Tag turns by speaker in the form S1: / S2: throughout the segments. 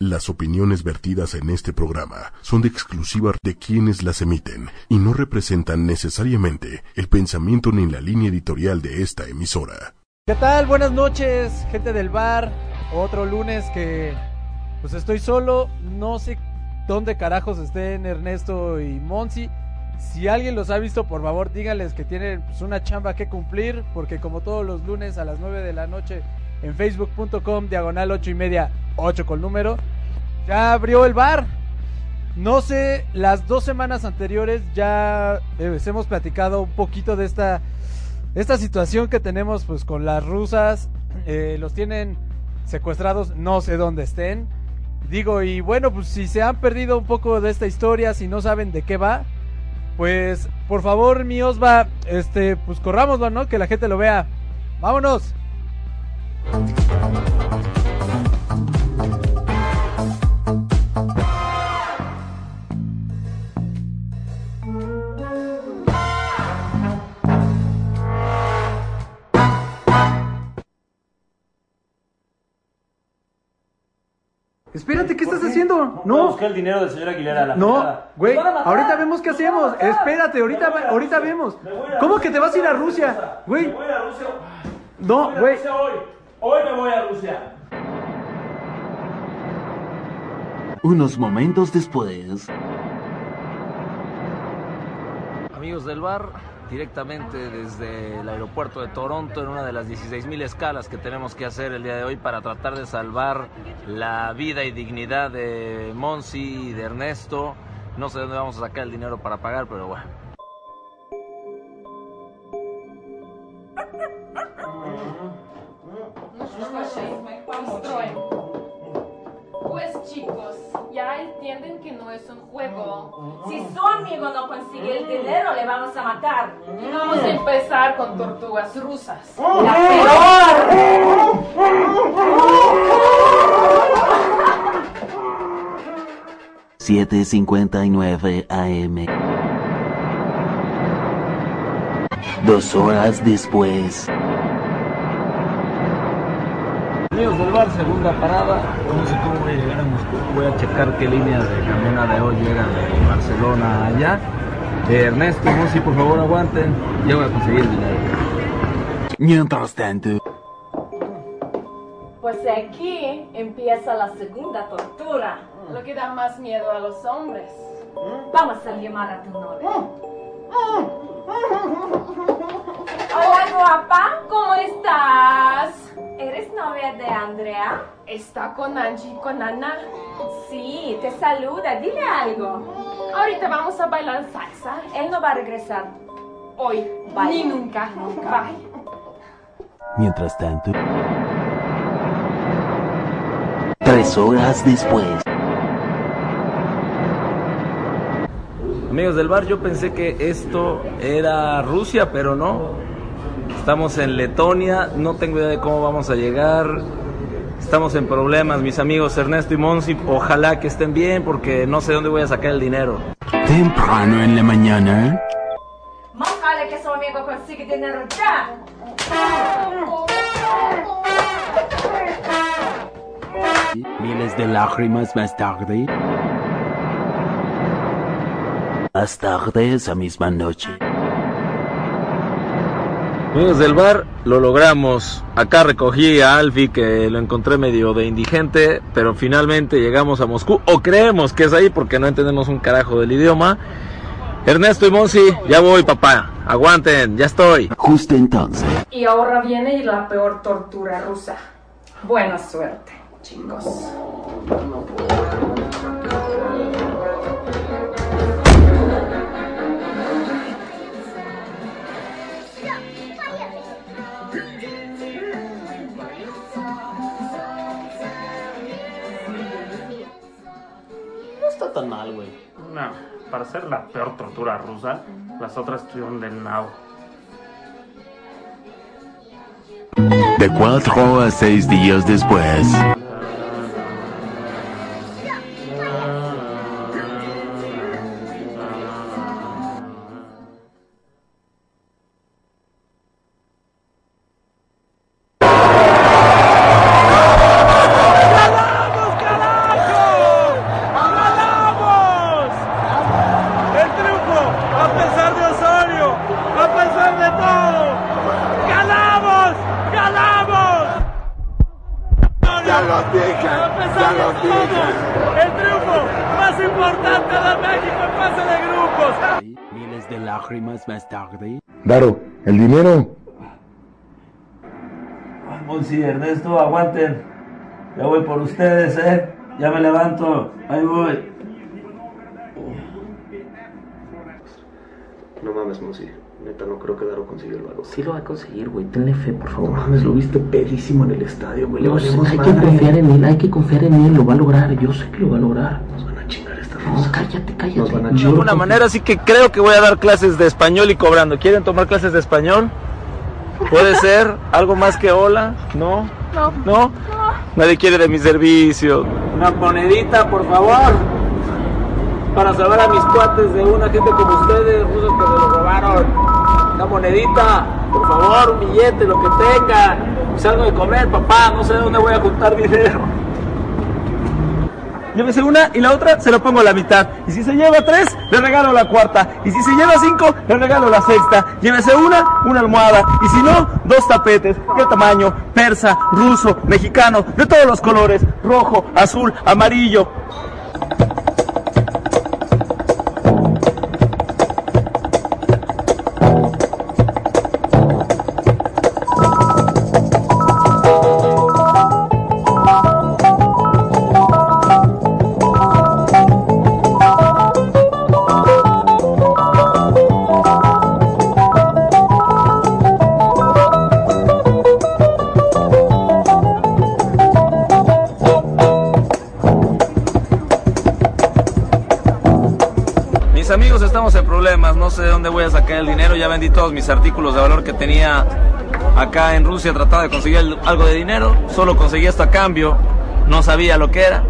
S1: Las opiniones vertidas en este programa son de exclusiva de quienes las emiten y no representan necesariamente el pensamiento ni la línea editorial de esta emisora.
S2: ¿Qué tal? Buenas noches, gente del bar. Otro lunes que pues estoy solo, no sé dónde carajos estén Ernesto y Monsi. Si alguien los ha visto, por favor, díganles que tienen pues, una chamba que cumplir, porque como todos los lunes a las 9 de la noche en facebook.com diagonal 8 y media 8 con número. Ya abrió el bar. No sé, las dos semanas anteriores ya eh, hemos platicado un poquito de esta, esta situación que tenemos pues con las rusas. Eh, los tienen secuestrados, no sé dónde estén. Digo, y bueno, pues si se han perdido un poco de esta historia, si no saben de qué va, pues por favor, mi Osva, este, pues corrámoslo, ¿no? Que la gente lo vea. ¡Vámonos! Espérate, ¿qué estás haciendo?
S3: No.
S2: No,
S3: Busqué el dinero del señor Aguilera. La
S2: no,
S3: fregada.
S2: güey,
S3: Me van a matar.
S2: ahorita vemos qué
S3: Me van a
S2: hacemos.
S3: matar.
S2: Espérate, ahorita,
S3: Me voy a
S2: ahorita
S3: Rusia.
S2: vemos.
S3: Me voy a
S2: ¿Cómo
S3: Rusia.
S2: que te vas a ir a Rusia? Güey.
S3: Me voy a Rusia.
S2: No,
S3: Me voy a
S2: güey.
S3: Rusia hoy. Hoy me voy a Rusia.
S4: Unos momentos después.
S5: Amigos del bar, directamente desde el aeropuerto de Toronto, en una de las 16.000 escalas que tenemos que hacer el día de hoy para tratar de salvar la vida y dignidad de Monsi y de Ernesto. No sé dónde vamos a sacar el dinero para pagar, pero bueno.
S6: No juzguen, construyen. Pues chicos, ya entienden que no es un juego.
S7: Si su amigo no consigue el dinero, le vamos a matar.
S6: Y vamos a empezar con tortugas rusas.
S7: ¡La peor!
S4: siete cincuenta y nueve AM. Dos horas después.
S5: Amigos del bar, segunda parada. No sé cómo voy a llegar a Moscú. Voy a checar qué línea de camión de hoy llega de Barcelona allá. Eh, Ernesto, Monsi, por favor, aguanten. Ya voy a conseguir el dinero.
S4: Mientras tanto,
S7: Pues aquí empieza la segunda tortura.
S6: Lo que da más miedo a los hombres.
S7: Vamos a llamar a tu novio. Hola, guapa. ¿Cómo estás? ¿Eres novia de Andrea?
S6: Está con Angie y con Ana.
S7: Sí, te saluda. Dile algo.
S6: Ahorita vamos a bailar salsa.
S7: Él no va a regresar.
S6: Hoy.
S7: Bye.
S6: Ni nunca. Nunca.
S4: mientras tanto. Tres horas después.
S5: Amigos del bar, yo pensé que esto era Rusia, pero no. Estamos en Letonia, no tengo idea de cómo vamos a llegar. Estamos en problemas, mis amigos Ernesto y Monsi. Ojalá que estén bien porque no sé dónde voy a sacar el dinero.
S4: Temprano en la mañana.
S7: Más vale que su amigo consigue dinero ya.
S4: Miles de lágrimas más tarde. Más tarde esa misma noche.
S5: Amigos del bar, lo logramos. Acá recogí a Alfie que lo encontré medio de indigente, pero finalmente llegamos a Moscú, o creemos que es ahí porque no entendemos un carajo del idioma. Ernesto y Monsi, ya voy papá, aguanten, ya estoy.
S4: Justo entonces.
S6: Y ahora viene la peor tortura rusa. Buena suerte, chicos.
S3: No, para ser la peor tortura rusa, las otras tuvieron del nao.
S4: De cuatro a seis días después.
S2: ¡Vamos, carajo!
S8: ¡Vamos todos! El triunfo más importante de México en fase de grupos.
S4: Miles de lágrimas más tarde.
S1: Daro, el dinero.
S5: Monsi, Ernesto, aguanten. Ya voy por ustedes, ¿eh? Ya me levanto. Ahí voy.
S9: No mames, Monsi. Neta, no creo que Daro consiguió el balón.
S10: Sí lo va a conseguir, güey. Tenle fe, por favor.
S9: mames, lo viste pedísimo en el estadio, güey.
S10: No sé, hay que confiar en él, hay que confiar en él. Lo va a lograr, yo sé que lo va a lograr.
S9: Nos van a chingar esta
S10: No,
S9: rosa.
S10: cállate, cállate.
S9: Nos van a
S10: No,
S5: De alguna manera, así que creo que voy a dar clases de español y cobrando. ¿Quieren tomar clases de español? Puede ser algo más que hola, ¿no? No. ¿No? Nadie quiere de mis servicios. Una monedita, por favor. Para salvar a mis cuates de una gente como ustedes, rusos que me lo robaron. Una monedita, por favor, un billete, lo que tengan. Pues algo de comer, papá. No sé de dónde voy a juntar dinero. Llévese una y la otra se la pongo a la mitad. Y si se lleva tres, le regalo la cuarta. Y si se lleva cinco, le regalo la sexta. Llévese una, una almohada. Y si no, dos tapetes. De tamaño, persa, ruso, mexicano, de todos los colores. Rojo, azul, amarillo. Mis amigos, estamos en problemas. No sé de dónde voy a sacar el dinero. Ya vendí todos mis artículos de valor que tenía acá en Rusia. Trataba de conseguir el- algo de dinero. Solo conseguí esto a cambio. No sabía lo que era.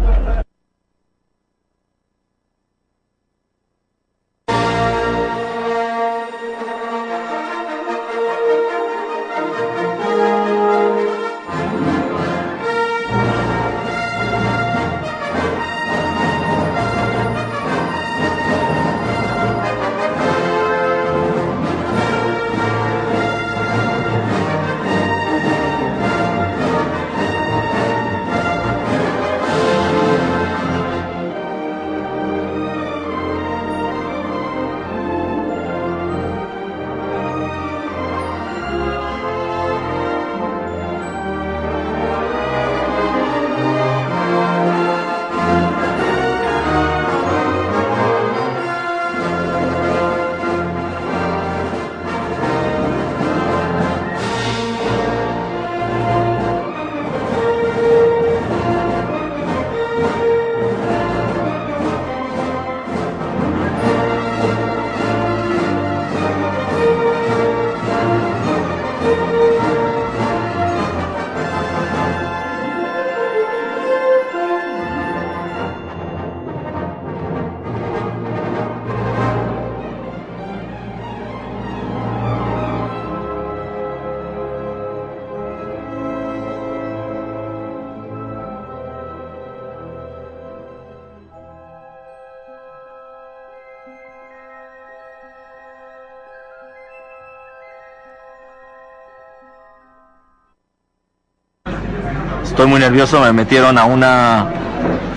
S5: Estoy muy nervioso, me metieron a una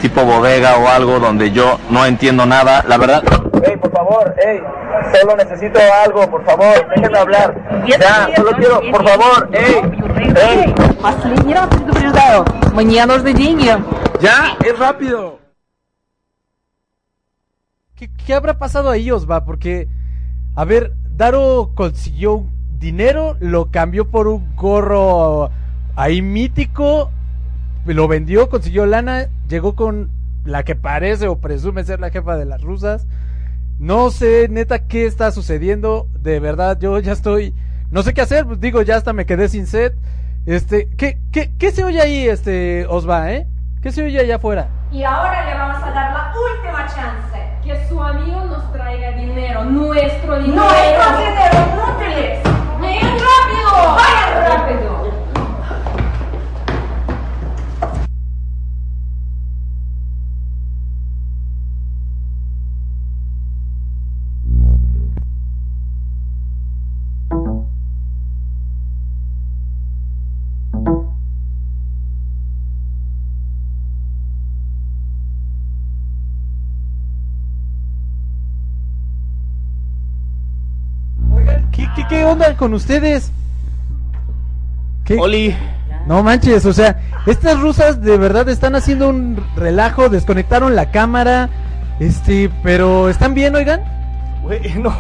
S5: tipo bodega o algo donde yo no entiendo nada, la verdad. Ey, por favor, ey, solo necesito algo, por favor, déjenme hablar. Ya, solo quiero, por favor, ey, ey,
S11: Последний раз предупреждаю, мне нужны деньги.
S5: ya, es rápido.
S2: ¿Qué, qué habrá pasado a ellos, va? Porque, a ver, Daro consiguió un dinero, lo cambió por un gorro ahí mítico, lo vendió, consiguió lana, llegó con la que parece o presume ser la jefa de las rusas. No sé, neta, qué está sucediendo. De verdad, yo ya estoy. No sé qué hacer, pues digo, ya hasta me quedé sin set. Este, ¿qué, qué, qué se oye ahí, este, Osva, eh? ¿Qué se oye allá afuera?
S7: Y ahora le vamos a dar la última chance.
S6: Que su amigo nos traiga dinero, nuestro dinero.
S7: No hay más dinero, inútiles.
S6: ¡Vayan rápido!
S7: Vayan
S6: rápido!
S2: ¿Qué, qué, qué onda con ustedes? ¿Qué?
S12: Oli.
S2: No manches, o sea, estas rusas de verdad están haciendo un relajo, desconectaron la cámara, este, pero ¿están bien, oigan?
S12: Güey, no,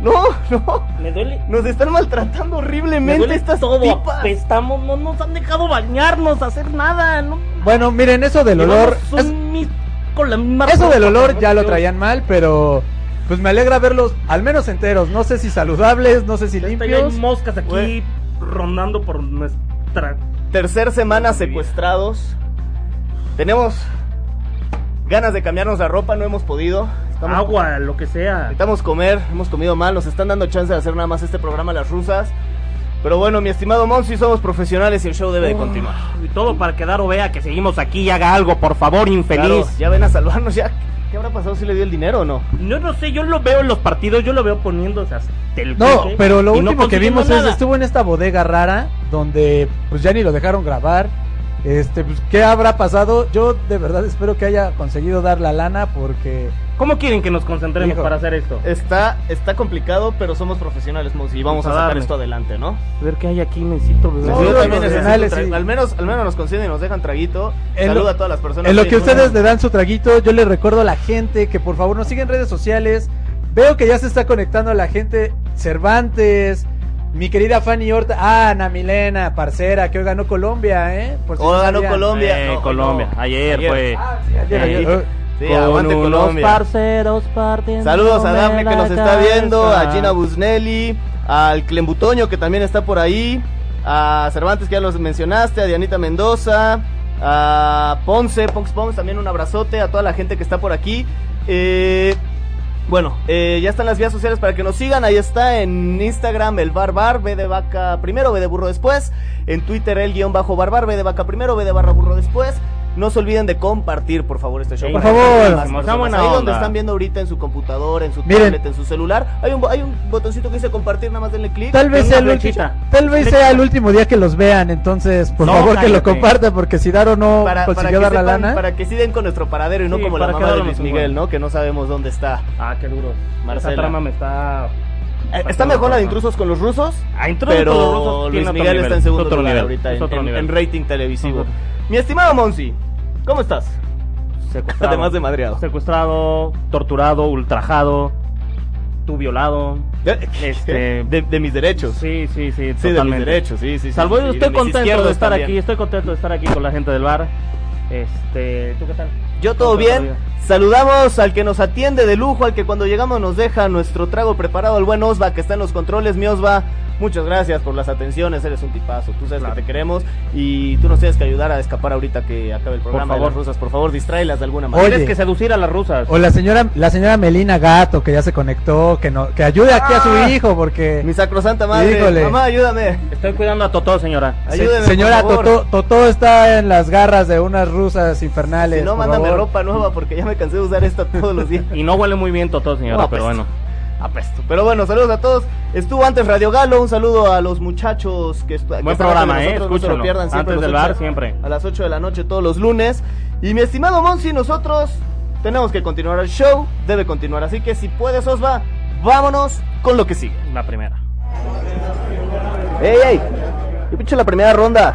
S12: no, no.
S13: Me duele.
S12: Nos están maltratando
S13: Me
S12: horriblemente
S13: duele
S12: estas
S13: todo.
S12: tipas.
S13: Apestamos, no nos han dejado bañarnos, hacer nada. No,
S2: Bueno, miren, eso del olor,
S13: Llevamos un mis- con la misma
S2: eso
S13: ropa,
S2: del olor
S13: por
S2: ya lo
S13: Dios.
S2: traían mal, pero pues me alegra verlos al menos enteros, no sé si saludables, no sé si
S13: Ahorita
S2: limpios.
S13: ya Hay moscas aquí
S12: Güey.
S13: rondando por nuestra.
S12: Tercer semana secuestrados. Tenemos ganas de cambiarnos la ropa, no hemos podido. Estamos-
S13: Agua, lo que sea.
S12: Necesitamos comer, hemos comido mal, nos están dando chance de hacer nada más este programa las rusas. Pero bueno, mi estimado Monsi, somos profesionales y el show debe de continuar.
S13: Y todo para que Daro vea que seguimos aquí y haga algo, por favor, infeliz.
S12: Claro, ya ven a salvarnos ya. ¿Qué habrá pasado si le dio el dinero o no?
S13: No, no sé, yo lo veo en los partidos, yo lo veo poniéndose hasta el
S2: No,
S13: coche
S2: pero lo
S13: y no
S2: último que
S13: consiguiendo
S2: vimos
S13: nada.
S2: es estuvo en esta bodega rara donde pues ya ni lo dejaron grabar. Este, pues qué habrá pasado? Yo de verdad espero que haya conseguido dar la lana porque
S13: ¿Cómo quieren que nos concentremos
S2: Hijo.
S13: para hacer esto?
S12: Está, está complicado, pero somos profesionales, Monsi, y vamos a
S13: Vamos a
S12: sacar
S13: darle.
S12: esto adelante, ¿no?
S13: A ver qué hay aquí, necesito. beber.
S12: Yo también necesito un
S2: pues, profesionales,
S12: trago.
S2: sí.
S12: al, menos, al menos nos conceden y nos dejan traguito.
S2: En
S12: Saluda
S2: lo-
S12: a todas las personas.
S2: en lo
S12: Oye,
S2: que
S12: no,
S2: ustedes le dan su traguito, yo les recuerdo a la gente que por favor nos sigan en redes sociales. Veo que ya se está conectando la gente Cervantes, mi querida Fanny Horta, ah, Ana Milena, parcera, que hoy ganó Colombia, ¿eh? Por si
S12: Oh,
S2: no
S12: ganó
S2: sabían.
S12: Colombia.
S13: Eh,
S12: No,
S13: Colombia.
S12: no.
S13: Ayer, fue.
S2: Ah, sí, ayer,
S13: Eh,
S2: ayer.
S12: Sí,
S13: Con
S12: aguante
S13: unos
S12: Colombia.
S13: parceros partiendo
S12: Saludos a Dafne que
S13: la
S12: nos está viendo,
S13: cabeza.
S12: a Gina Busnelli, al Clembutoño que también está por ahí, a Cervantes que ya los mencionaste, a Dianita Mendoza, a Ponce, Ponx Ponx, también un abrazote a toda la gente que está por aquí. Eh, bueno, eh, ya están las vías sociales para que nos sigan. Ahí está en Instagram el bar bar, B de vaca primero, B de burro después. En Twitter el guión bajo bar bar, B de vaca primero, B de barra burro después. No se olviden de compartir, por favor, este show.
S13: Sí,
S12: para
S2: por
S12: que
S2: favor.
S12: lleguen más
S13: Como
S12: personas.
S13: está buena
S12: Ahí
S13: onda.
S12: donde están viendo ahorita en su computadora, en su
S2: Miren.
S12: tablet, en su celular. Hay un, bo- hay un botoncito que dice compartir, nada más denle clic.
S2: Tal vez,
S12: Venga,
S2: sea el
S12: flechita.
S2: último, tal vez sea el último día que los vean, entonces por
S13: No,
S2: favor que lo
S13: cállate.
S2: compartan porque si Daro no
S12: Para,
S13: Pues
S12: para que
S2: consiguió dar la
S12: sepan-
S2: lana,
S12: para que sí den con nuestro paradero y no
S13: Sí,
S12: como la
S13: para que
S12: mamá de
S13: hagan
S12: Luis
S13: su
S12: Miguel,
S13: buen.
S12: ¿no? Que no sabemos dónde está.
S13: Ah, qué duro.
S12: Marcela.
S13: Esa trama me está.
S12: Eh, Está mejor la de intrusos con los rusos,
S13: Ah, intrusos
S12: pero
S13: con los rusos tiene
S12: Luis
S13: otro
S12: Miguel
S13: nivel,
S12: está en segundo
S13: otro
S12: lugar
S13: nivel,
S12: ahorita
S13: es
S12: en,
S13: otro
S12: en-
S13: nivel.
S12: en rating televisivo.
S13: Otro.
S12: Mi estimado Monsi, ¿cómo estás?
S13: Secuestrado.
S12: Además de madreado.
S13: Secuestrado, torturado, ultrajado. Tú violado. Este-
S12: De, de mis derechos.
S13: Sí, sí, sí.
S12: Sí, de mis
S13: totalmente.
S12: derechos, sí, sí. sí,
S13: Salvo
S12: sí,
S13: yo
S12: sí,
S13: estoy
S12: de mis
S13: contento de
S12: izquierdos
S13: estar
S12: también.
S13: aquí, estoy contento de estar aquí con la gente del bar. Este, ¿tú qué tal?
S12: Yo todo
S13: Con
S12: bien.
S13: todavía.
S12: Saludamos al que nos atiende de lujo, al que cuando llegamos nos deja nuestro trago preparado, el buen Osva que está en los controles. Mi Osva, muchas gracias por las atenciones, eres un tipazo. Tú sabes
S13: Claro.
S12: que te queremos y tú nos tienes que ayudar a escapar ahorita que acabe el programa. de
S13: favor.
S12: las rusas, por favor, distráelas de alguna manera.
S2: Oye.
S13: Tienes que seducir a las rusas.
S2: o la señora, la señora Melina Gato que ya se conectó, que no, que ayude aquí a
S12: Ah.
S2: su hijo porque
S12: Mi sacrosanta madre.
S2: Híjole.
S12: Mamá, ayúdame.
S13: Estoy cuidando a Totó, señora.
S2: Se-
S12: Ayúdeme,
S2: señora
S12: por favor.
S2: Totó, Totó está en las garras de unas rusas infernales.
S12: Si no,
S2: por
S12: mándame
S2: favor.
S12: ropa nueva porque ya me cansé de usar esta todos los días.
S13: Y no huele muy bien Totó, señora,
S12: No,
S13: pero
S12: pues.
S13: bueno.
S12: Apesto. Pero bueno, saludos a todos. Estuvo antes Radio Galo. Un saludo a los muchachos que, estu- que
S13: Buen
S12: estaban con
S13: programa, eh.
S12: nosotros, no se lo
S13: Escúchenlo.
S12: pierdan siempre.
S13: Antes
S12: los
S13: del
S12: ocho-
S13: bar, siempre.
S12: A las 8 de la noche todos los lunes. Y mi estimado Monsi, nosotros tenemos que continuar el show. Debe continuar. Así que si puedes, Osva, vámonos con lo que sigue.
S13: La primera.
S12: ¡Ey, ey! Yo pinche la primera ronda.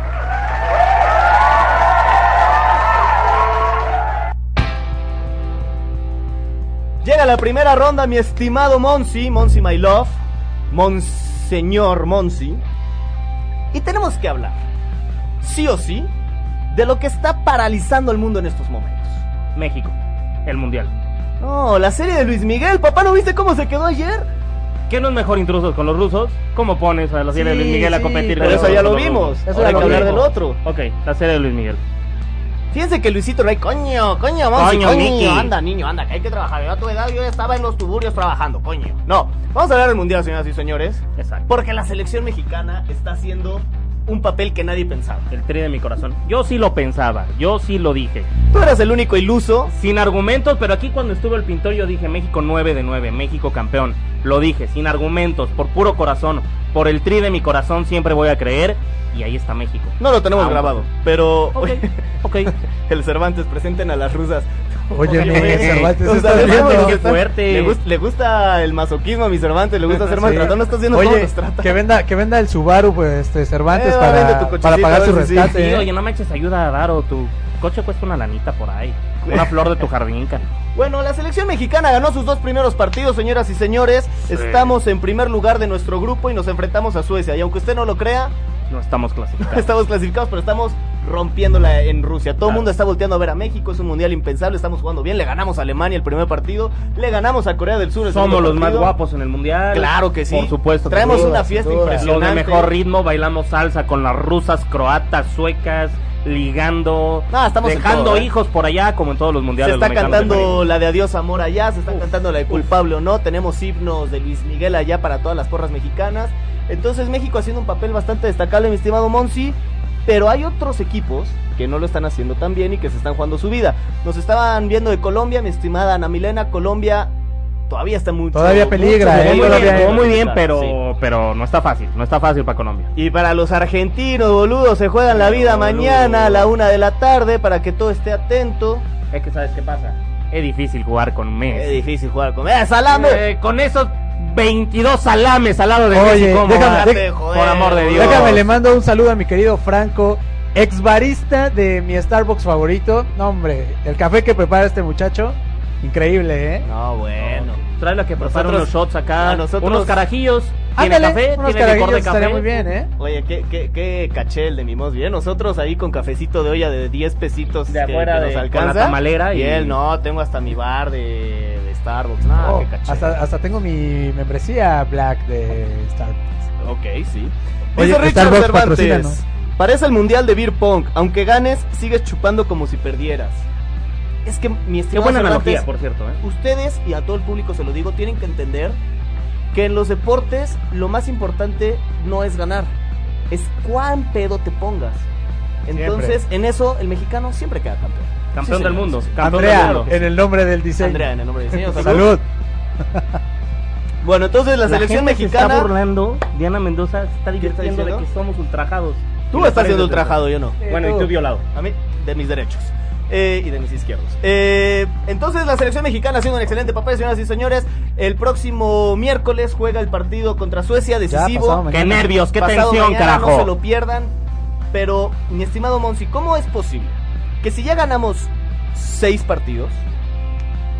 S12: Llega la primera ronda, mi estimado Monsi, Monsi My Love, Monseñor Monsi. Y tenemos que hablar, sí o sí, de lo que está paralizando el mundo en estos momentos.
S13: México. El mundial.
S12: No, la serie de Luis Miguel, papá, ¿no viste cómo se quedó ayer?
S13: ¿Qué no es mejor intrusos con los rusos? ¿Cómo pones a la serie de
S2: Sí,
S13: Luis Miguel a
S2: sí,
S13: competir
S12: Pero
S13: con
S12: eso
S13: los-
S12: ya
S13: con
S12: lo
S13: los
S12: vimos,
S13: rusos?
S2: Eso
S12: ahora hay
S2: ya
S12: que
S2: lo
S12: hablar del
S2: vimos.
S12: otro.
S13: Ok, la serie de Luis Miguel.
S12: Fíjense que Luisito Rey, coño, coño, Monsi,
S13: Coño,
S12: coño,
S13: Miki.
S12: anda, niño, anda, que hay que trabajar. Yo a tu edad yo ya estaba en los tuburios trabajando, coño. No, vamos a hablar del mundial, señoras y señores,
S13: Exacto.
S12: porque la selección mexicana está haciendo un papel que nadie pensaba.
S13: El tri de mi corazón. Yo sí lo pensaba, yo sí lo dije.
S12: Tú eras el único iluso.
S13: Sin argumentos, pero aquí cuando estuvo el pintor yo dije México 9 de 9, México campeón. Lo dije, sin argumentos, por puro corazón. Por el tri de mi corazón siempre voy a creer. Y ahí está México.
S12: No lo tenemos
S13: Ah,
S12: grabado, pero
S13: Ok, ok.
S12: el Cervantes presenten a las rusas.
S2: Oye, no, Cervantes,
S12: O sea,
S2: estás
S12: le-
S2: viendo.
S12: le- Le, gust- le gusta el masoquismo a mi Cervantes, le gusta ser
S2: Sí.
S12: maltratado. No está haciendo
S2: Oye,
S12: cómo nos trata.
S2: Que venda, que venda el Subaru, pues, este, Cervantes
S12: Eh, vende tu
S2: para,
S12: cochecito,
S2: para pagar
S12: a
S2: su
S12: ver si sí.
S2: rescate.
S13: Sí,
S2: ¿eh?
S13: oye, no me eches ayuda a dar o tu coche cuesta una lanita por ahí. Una flor de tu jardín, cara.
S12: Bueno, la selección mexicana ganó sus dos primeros partidos, señoras y señores.
S13: Sí.
S12: Estamos en primer lugar de nuestro grupo y nos enfrentamos a Suecia. Y aunque usted no lo crea,
S13: No estamos clasificados.
S12: estamos clasificados, pero estamos rompiéndola en Rusia. Todo el mundo está volteando a ver a México, es un mundial impensable, estamos jugando bien. Le ganamos a Alemania el primer partido, le ganamos a Corea del Sur el
S13: Somos
S12: segundo
S13: los más
S12: partido.
S13: guapos en el mundial.
S12: Claro que sí.
S13: Por supuesto. que
S12: Traemos
S13: sí.
S12: una fiesta
S13: Sin duda.
S12: impresionante.
S13: Los de mejor ritmo, bailamos salsa con las rusas, croatas, suecas, ligando,
S12: No, estamos en
S13: dejando
S12: todo, ¿eh?
S13: hijos por allá, como en todos los
S12: Se
S13: mundiales.
S12: está
S13: los mexicanos de
S12: cantando
S13: México.
S12: la de Adiós Amor allá, se está cantando la de Culpable o No, tenemos himnos de Luis Miguel allá para todas las porras mexicanas. Entonces México haciendo un papel bastante destacable, mi estimado Monsi, pero hay otros equipos que no lo están haciendo tan bien y que se están jugando su vida. Nos estaban viendo de Colombia, mi estimada Ana Milena, Colombia todavía está muy
S2: Todavía peligra, ¿eh?
S13: Jugó muy bien,
S2: Todavía-
S13: jugó muy bien, pero,
S12: Sí.
S13: pero no está fácil. No está fácil para Colombia.
S12: Y para los argentinos, boludo, se juegan la vida mañana a la una de la tarde para que todo esté atento.
S13: Es que sabes qué pasa. Es difícil jugar con Messi.
S12: Es difícil jugar con ¡Eh, salame!
S13: Eh, con esos 22 salames al lado de
S2: Oye,
S13: Messi, ¿cómo
S2: déjame-
S13: vas?
S2: déjame-
S13: por amor de Dios.
S2: Déjame, le mando un saludo a mi querido Franco, ex barista de mi Starbucks favorito. No, hombre, el café que prepara este muchacho, increíble, ¿eh?
S12: No, bueno.
S13: Trae la que prepara
S12: Nosotros-
S13: unos shots acá,
S12: a nosotros-
S13: unos carajillos, tiene
S2: Ándale,
S13: café,
S2: unos
S13: tiene licor de
S2: carajillos, estaría
S13: café.
S2: muy bien, ¿eh?
S12: Oye, qué, qué, qué caché el de mi Mos, Bien, nosotros ahí con cafecito de olla de 10 pesitos
S13: De
S12: que,
S13: afuera
S12: que
S13: de-
S12: nos
S13: con
S12: alcanza.
S13: la tamalera y-
S12: él, no, tengo hasta mi bar de, de Starbucks. No,
S2: Oh,
S12: Ah, qué caché.
S2: hasta, hasta tengo mi membresía Black de Starbucks.
S12: Ok, sí.
S2: Oye,
S12: Dice Richard
S2: Starbucks
S12: Cervantes.
S2: patrocínanos.
S12: Parece el mundial de Beer Pong. Aunque ganes, sigues chupando como si perdieras. Es que mi
S13: Qué
S12: estimado
S13: buena
S12: Cervantes,
S13: analogía, por cierto, ¿eh?
S12: ustedes y a todo el público se lo digo, tienen que entender que en los deportes lo más importante no es ganar, es cuán pedo te pongas. Entonces, en eso el mexicano siempre queda campeón.
S13: Campeón
S12: Sí,
S13: del
S12: señor.
S13: mundo, campeón del
S2: Andrea,
S13: mundo.
S2: en el nombre del diseño.
S12: Andrea, en el nombre de diseño, salud.
S2: Salud.
S12: Bueno, entonces la, selección
S13: gente se
S12: mexicana.
S13: está burlando, Diana Mendoza se está
S12: está
S13: divirtiendo de
S12: diciendo?
S13: que somos ultrajados. Y
S12: tú
S13: le
S12: estás
S13: parece
S12: siendo
S13: ultrajado.
S12: ultrajado, yo Eh, no.
S13: Bueno, y tú violado.
S12: A mí, de mis derechos. eh, y de mis izquierdos. Eh, entonces, la selección mexicana haciendo un excelente papel, señoras y señores. El próximo miércoles juega el partido contra Suecia,
S2: pasado
S12: decisivo.
S2: mañana.
S13: Qué nervios, qué
S12: Pasado
S13: tensión,
S12: mañana,
S13: carajo.
S12: No se lo pierdan. Pero, mi estimado Monsi, ¿cómo es posible que si ya ganamos seis partidos,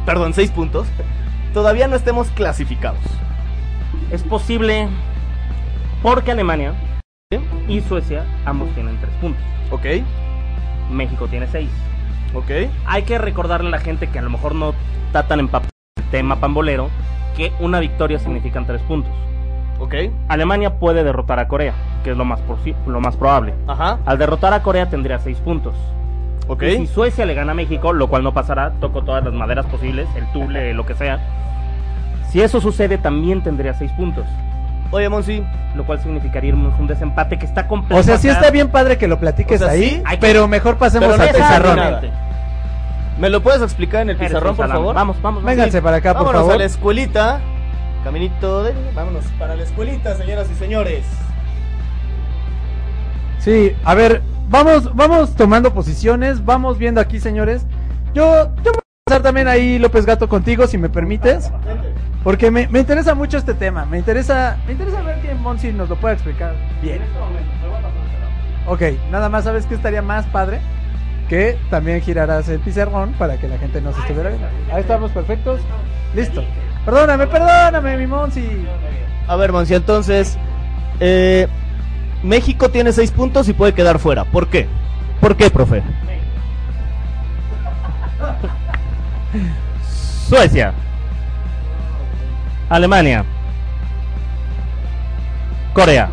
S12: perdón, seis puntos, todavía no estemos clasificados?
S13: Es posible porque Alemania y Suecia ambos tienen tres puntos.
S12: ¿Ok?
S13: México tiene seis.
S12: ¿Ok?
S13: Hay que recordarle a la gente que a lo mejor no está tan empapado el tema pambolero que una victoria significan tres puntos.
S12: ¿Ok?
S13: Alemania puede derrotar a Corea, que es lo más, posi- lo más probable.
S12: Ajá.
S13: Al derrotar a Corea tendría seis puntos.
S12: ¿Ok?
S13: Y si Suecia le gana a México, lo cual no pasará, toco todas las maderas posibles, el tule, lo que sea. Si eso sucede, también tendría seis puntos,
S12: Oye, Monsi,
S13: lo cual significaría un un desempate que está completo.
S2: O sea, sí está bien padre que lo platiques
S12: O sea,
S2: ahí,
S12: sí,
S13: hay que-
S2: pero mejor pasemos
S12: Pero no
S2: al
S12: está
S2: pizarrón.
S12: terminada. ¿me lo puedes explicar en el pizarrón, por favor?
S13: Vamos, vamos. vamos.
S2: Vénganse para acá, por
S12: Vámonos a
S2: favor.
S12: la escuelita. Caminito de. Vámonos para la escuelita, señoras y señores.
S2: Sí, a ver, vamos, vamos tomando posiciones, vamos viendo aquí, señores. Yo, yo voy a pasar también ahí, López Gato, contigo, si me permites. Porque me, me interesa mucho este tema. Me interesa, me interesa ver que Monsi nos lo pueda explicar bien. Ok, nada más, ¿sabes qué estaría más padre? Que también girarás el pizarrón para que la gente nos estuviera viendo. Ahí estamos perfectos. Listo. Perdóname, perdóname, mi Monsi.
S12: A ver, Monsi, entonces. eh, México tiene 6 puntos y puede quedar fuera. ¿Por qué? ¿Por qué, profe?
S13: Suecia. Alemania. Corea.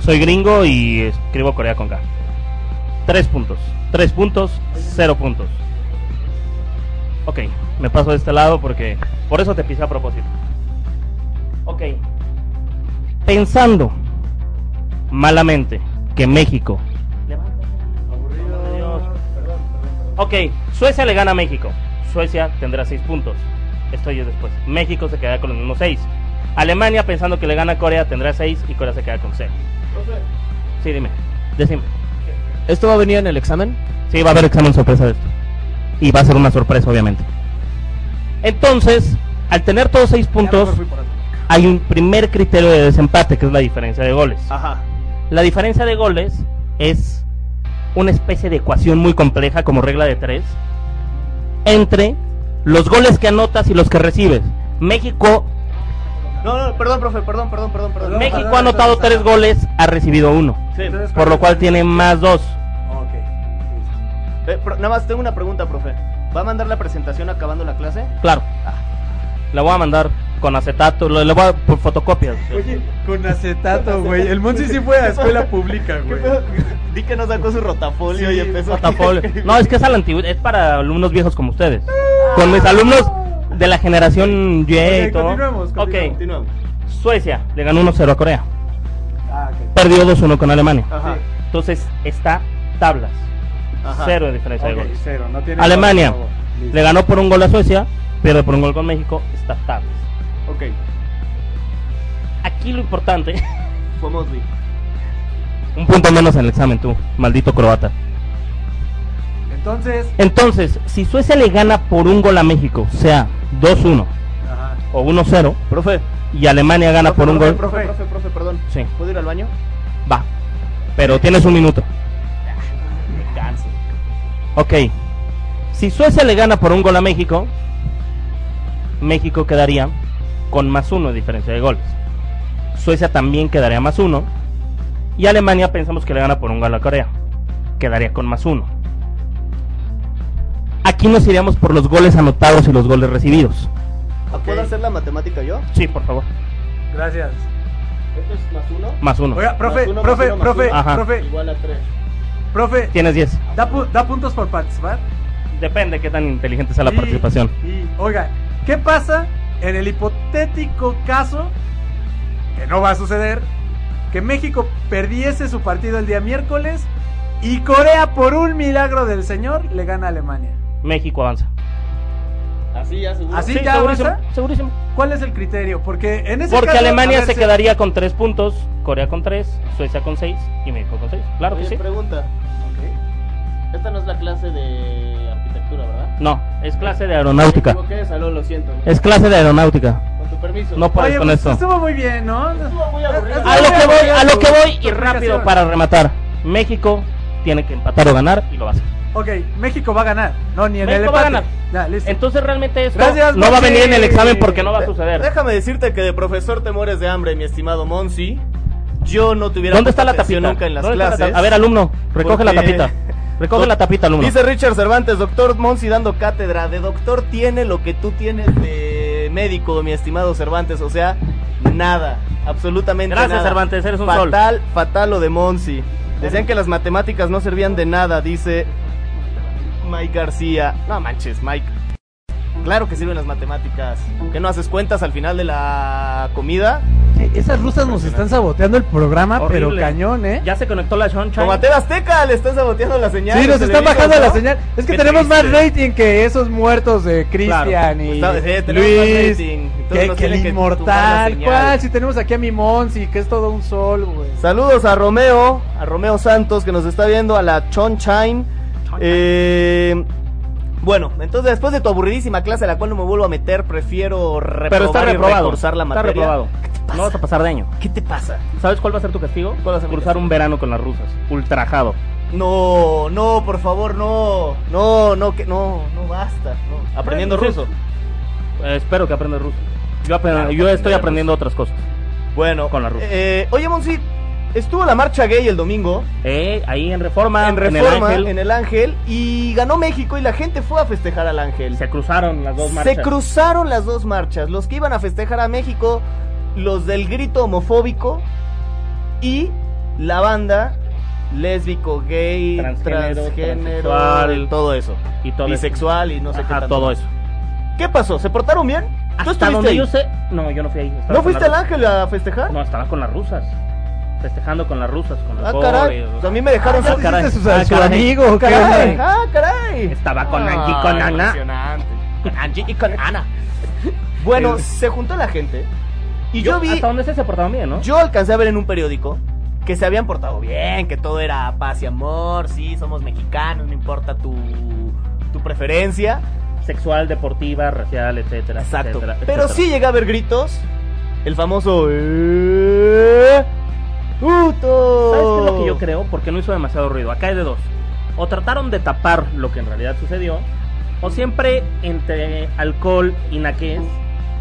S13: Soy gringo y escribo Corea con K. Tres puntos. Tres puntos, cero puntos. Ok, me paso de este lado porque por eso te pisé a propósito. Ok. Pensando malamente que México... Ok, Suecia le gana a México. Suecia tendrá 6 puntos. Esto yo después. México se quedará con los mismos 6. Alemania, pensando que le gana a Corea, tendrá 6 y Corea se queda con 0. Sí, dime. Decime.
S12: ¿Esto va a venir en el examen?
S13: Sí, va a haber examen sorpresa de esto. Y va a ser una sorpresa, obviamente. Entonces, al tener todos seis puntos, hay un primer criterio de desempate, que es la diferencia de goles.
S2: Ah.
S13: La diferencia de goles es una especie de ecuación muy compleja como regla de tres entre los goles que anotas y los que recibes. México,
S12: No, no, perdón, profe, perdón, perdón, perdón. perdón.
S13: México ha anotado tres goles, ha recibido uno.
S12: Sí.
S13: Por lo cual tiene más dos.
S12: Eh, pro- nada más tengo una pregunta, profe. ¿Va a mandar la presentación acabando la clase?
S13: Claro. La voy a mandar con acetato, le le voy a por fotocopias.
S2: Oye, con acetato, güey. El Monsi sí fue a escuela pública, güey.
S12: Di que no sacó su rotafolio y empezó
S13: Hasta Pablo. No, es que es a la antigüedad, es para alumnos viejos como ustedes. Con mis alumnos de la generación
S2: Ok,
S13: Y y todo.
S2: continuemos,
S13: Ok.
S12: continuemos.
S13: Suecia le ganó 1-0 a Corea.
S2: Ah, ok. Ah.
S13: Perdió 2-1 con Alemania.
S2: Ajá.
S13: Entonces está tablas.
S2: Ajá.
S13: Cero de diferencia
S2: Ok,
S13: de goles.
S2: cero, no tiene
S13: Alemania
S2: gol, por favor. Listo.
S13: le ganó por un gol a Suecia, pierde por un gol con México, está tablas.
S12: Ok.
S13: Aquí lo importante.
S12: Fue Mosley.
S13: Un punto menos en el examen, tú, maldito croata.
S2: Entonces,
S13: Entonces, si Suecia le gana por un gol a México, sea 2-1
S2: Ajá.
S13: o 1-0,
S12: profe,
S13: y Alemania gana por un gol,
S12: Profe, profe, profe, perdón.
S13: Sí.
S12: ¿Puedo ir al baño?
S13: va. Pero tienes un minuto.
S12: Ah, Me canso.
S13: Ok. Si Suecia le gana por un gol a México, México quedaría con más uno de diferencia de goles. Suecia también quedaría más uno. Y Alemania pensamos que le gana por un gol a Corea. Quedaría con más uno. Aquí nos iríamos por los goles anotados y los goles recibidos.
S12: ¿Puedo hacer la matemática yo?
S13: Sí, por favor.
S2: gracias.
S12: ¿Esto es más uno?
S13: Más uno.
S2: Oiga, profe,
S12: Más uno,
S2: profe,
S12: más uno, más
S2: profe,
S12: uno.
S13: Ajá.
S2: profe,
S12: Igual a tres.
S2: profe,
S13: Tienes 10.
S2: da, pu- da puntos por participar.
S13: Depende qué tan inteligente sea la
S2: Y-
S13: participación.
S2: Y, oiga, ¿qué pasa en el hipotético caso, que no va a suceder, que México perdiese su partido el día miércoles y Corea, por un milagro del Señor, le gana a Alemania?
S13: México avanza.
S12: Así ya, seguro.
S2: ¿Así
S13: Sí,
S2: ya
S13: segurísimo,
S2: avanza?
S13: Segurísimo.
S2: ¿Cuál es el criterio? Porque en ese
S13: Porque
S2: caso, a
S13: Alemania
S2: ver,
S13: se quedaría con 3 puntos, Corea con 3, Suecia con 6 y México con 6. Claro que
S12: Oye,
S13: sí.
S12: pregunta. Esta no es la clase de arquitectura, ¿verdad?
S13: No, es clase de aeronáutica.
S12: Me equivoqué, Salón, lo siento.
S13: Es clase de aeronáutica.
S12: Con tu permiso.
S13: No puedes
S2: Oye,
S13: con
S2: pues,
S13: esto.
S2: estuvo muy bien, ¿no?
S12: Estuvo muy aburrido.
S13: A lo que voy, a lo que voy y
S2: Tu
S13: rápido
S2: explicación.
S13: para rematar. México tiene que empatar o ganar y lo va a hacer.
S2: Ok, México va a ganar. No, ni en el
S13: México
S2: empate.
S13: va a ganar.
S2: Ya, listo.
S13: Entonces realmente esto
S2: Gracias,
S13: no va a
S2: Monty.
S13: venir en el examen porque no va a suceder.
S12: Déjame decirte que de profesor te mueres de hambre, mi estimado Monsi. Yo no tuviera
S13: ¿Dónde está la
S12: atención
S13: tapita?
S12: nunca en las
S13: ¿Dónde está la
S12: clases.
S13: ta- a ver, alumno, recoge la
S12: Porque-
S13: tapita. Recoge
S12: Do-
S13: la tapita, alumno.
S12: Dice Richard Cervantes, doctor Monsi dando cátedra. De doctor tiene lo que tú tienes de médico, mi estimado Cervantes. O sea, nada. Absolutamente
S13: Gracias,
S12: nada.
S13: Cervantes, eres un sol.
S12: fatal, fatal lo de Monsi. Decían que las matemáticas no servían de nada, dice Mike García. No manches, Mike. Claro que sirven las matemáticas. ¿Que no haces cuentas al final de la comida?
S2: Eh, Esas rusas nos están saboteando el programa, pero
S13: Horrible.
S2: cañón, ¿eh?
S13: Ya se conectó la Sunshine.
S12: Como a TV Azteca le están saboteando la señal.
S2: Sí,
S12: los
S2: nos está
S12: televisores,
S2: bajando la
S12: ¿no?
S2: señal. Es que
S12: Qué
S2: tenemos más
S12: triste.
S2: rating que esos muertos de Cristian
S12: Claro.
S2: y
S12: Está- sí, tenemos más
S2: Luis.
S12: rating. Entonces
S2: que, que
S12: nos
S2: el
S12: tienen que
S2: inmortal.
S12: tumbar la señal.
S2: ¿Cuál? Si tenemos aquí a mi Monsi, que es todo un sol, güey.
S12: Saludos a Romeo, a Romeo Santos que nos está viendo, a la Chonchain. Eh, bueno, entonces después de tu aburridísima clase a la cual no me vuelvo a meter, prefiero reprobar
S13: Pero está
S12: y
S13: reprobado.
S12: reforzar la
S13: está
S12: materia.
S13: reprobado. No vas a pasar de año.
S12: ¿Qué te pasa?
S13: ¿Sabes cuál va a ser tu castigo?
S12: ¿Cuál va a ser mi
S13: Cruzar un verano con las rusas. Ultrajado.
S12: No, no, por favor, no. No, no, que no, no basta. no. Aprendiendo
S13: Bueno, sí.
S12: ruso.
S13: Eh, espero que aprendas ruso. Yo, aprendo-
S12: Claro,
S13: yo estoy
S12: aprenderás.
S13: aprendiendo otras cosas.
S12: Bueno,
S13: Con la rusa.
S12: eh, oye, Monsi, estuvo la marcha gay el domingo.
S13: Eh, ahí en Reforma,
S12: En Reforma,
S13: el Ángel,
S12: en el Ángel, y ganó México y la gente fue a festejar al Ángel.
S13: se cruzaron las dos marchas.
S12: Se cruzaron las dos marchas, los que iban a festejar a México, los del grito homofóbico y la banda lésbico, gay,
S13: Transgénero,
S12: transgénero,
S13: transexual,
S12: todo eso.
S13: y todo eso.
S12: Bisexual y no sé
S13: Ajá,
S12: qué. tanto
S13: todo
S12: más.
S13: eso.
S12: ¿Qué pasó? ¿Se portaron bien? ¿Tú
S13: Hasta
S12: estuviste
S13: donde
S12: ahí?
S13: yo sé. No, yo no fui ahí. estaba
S12: ¿No
S13: con
S12: fuiste
S13: las
S12: al Ángel a festejar?
S13: rusas. No, estaba con las rusas. Festejando con las rusas, con
S12: Ah,
S13: alcohol,
S12: caray.
S13: y-
S12: pues a mí me dejaron
S13: Ah,
S12: sol-
S13: caray.
S2: Hiciste su,
S13: Ah,
S2: su
S13: caray.
S2: amigo, ¿qué
S12: Caray,
S2: onda?
S12: ah, caray.
S13: Estaba con Angie, con
S12: Ah,
S13: Ana.
S12: emocionante. Con Angie y con Ana. Bueno,
S13: El-
S12: se juntó la gente y yo vi
S13: Hasta donde sé se portaron bien, ¿no?
S12: Yo alcancé a ver en un periódico que se habían portado bien, que todo era paz y amor, sí, somos mexicanos, no importa tu, tu preferencia.
S13: Sexual, deportiva, racial, etcétera.
S12: Exacto.
S13: etcétera,
S12: Pero
S13: etcétera.
S12: sí llega a haber gritos. El famoso. "¡Eh, ¡Puto!
S13: ¿Sabes qué es lo que
S2: Oh.
S13: yo creo? Porque no hizo demasiado ruido. Acá hay de dos. O trataron de tapar lo que en realidad sucedió, o siempre entre alcohol y naqués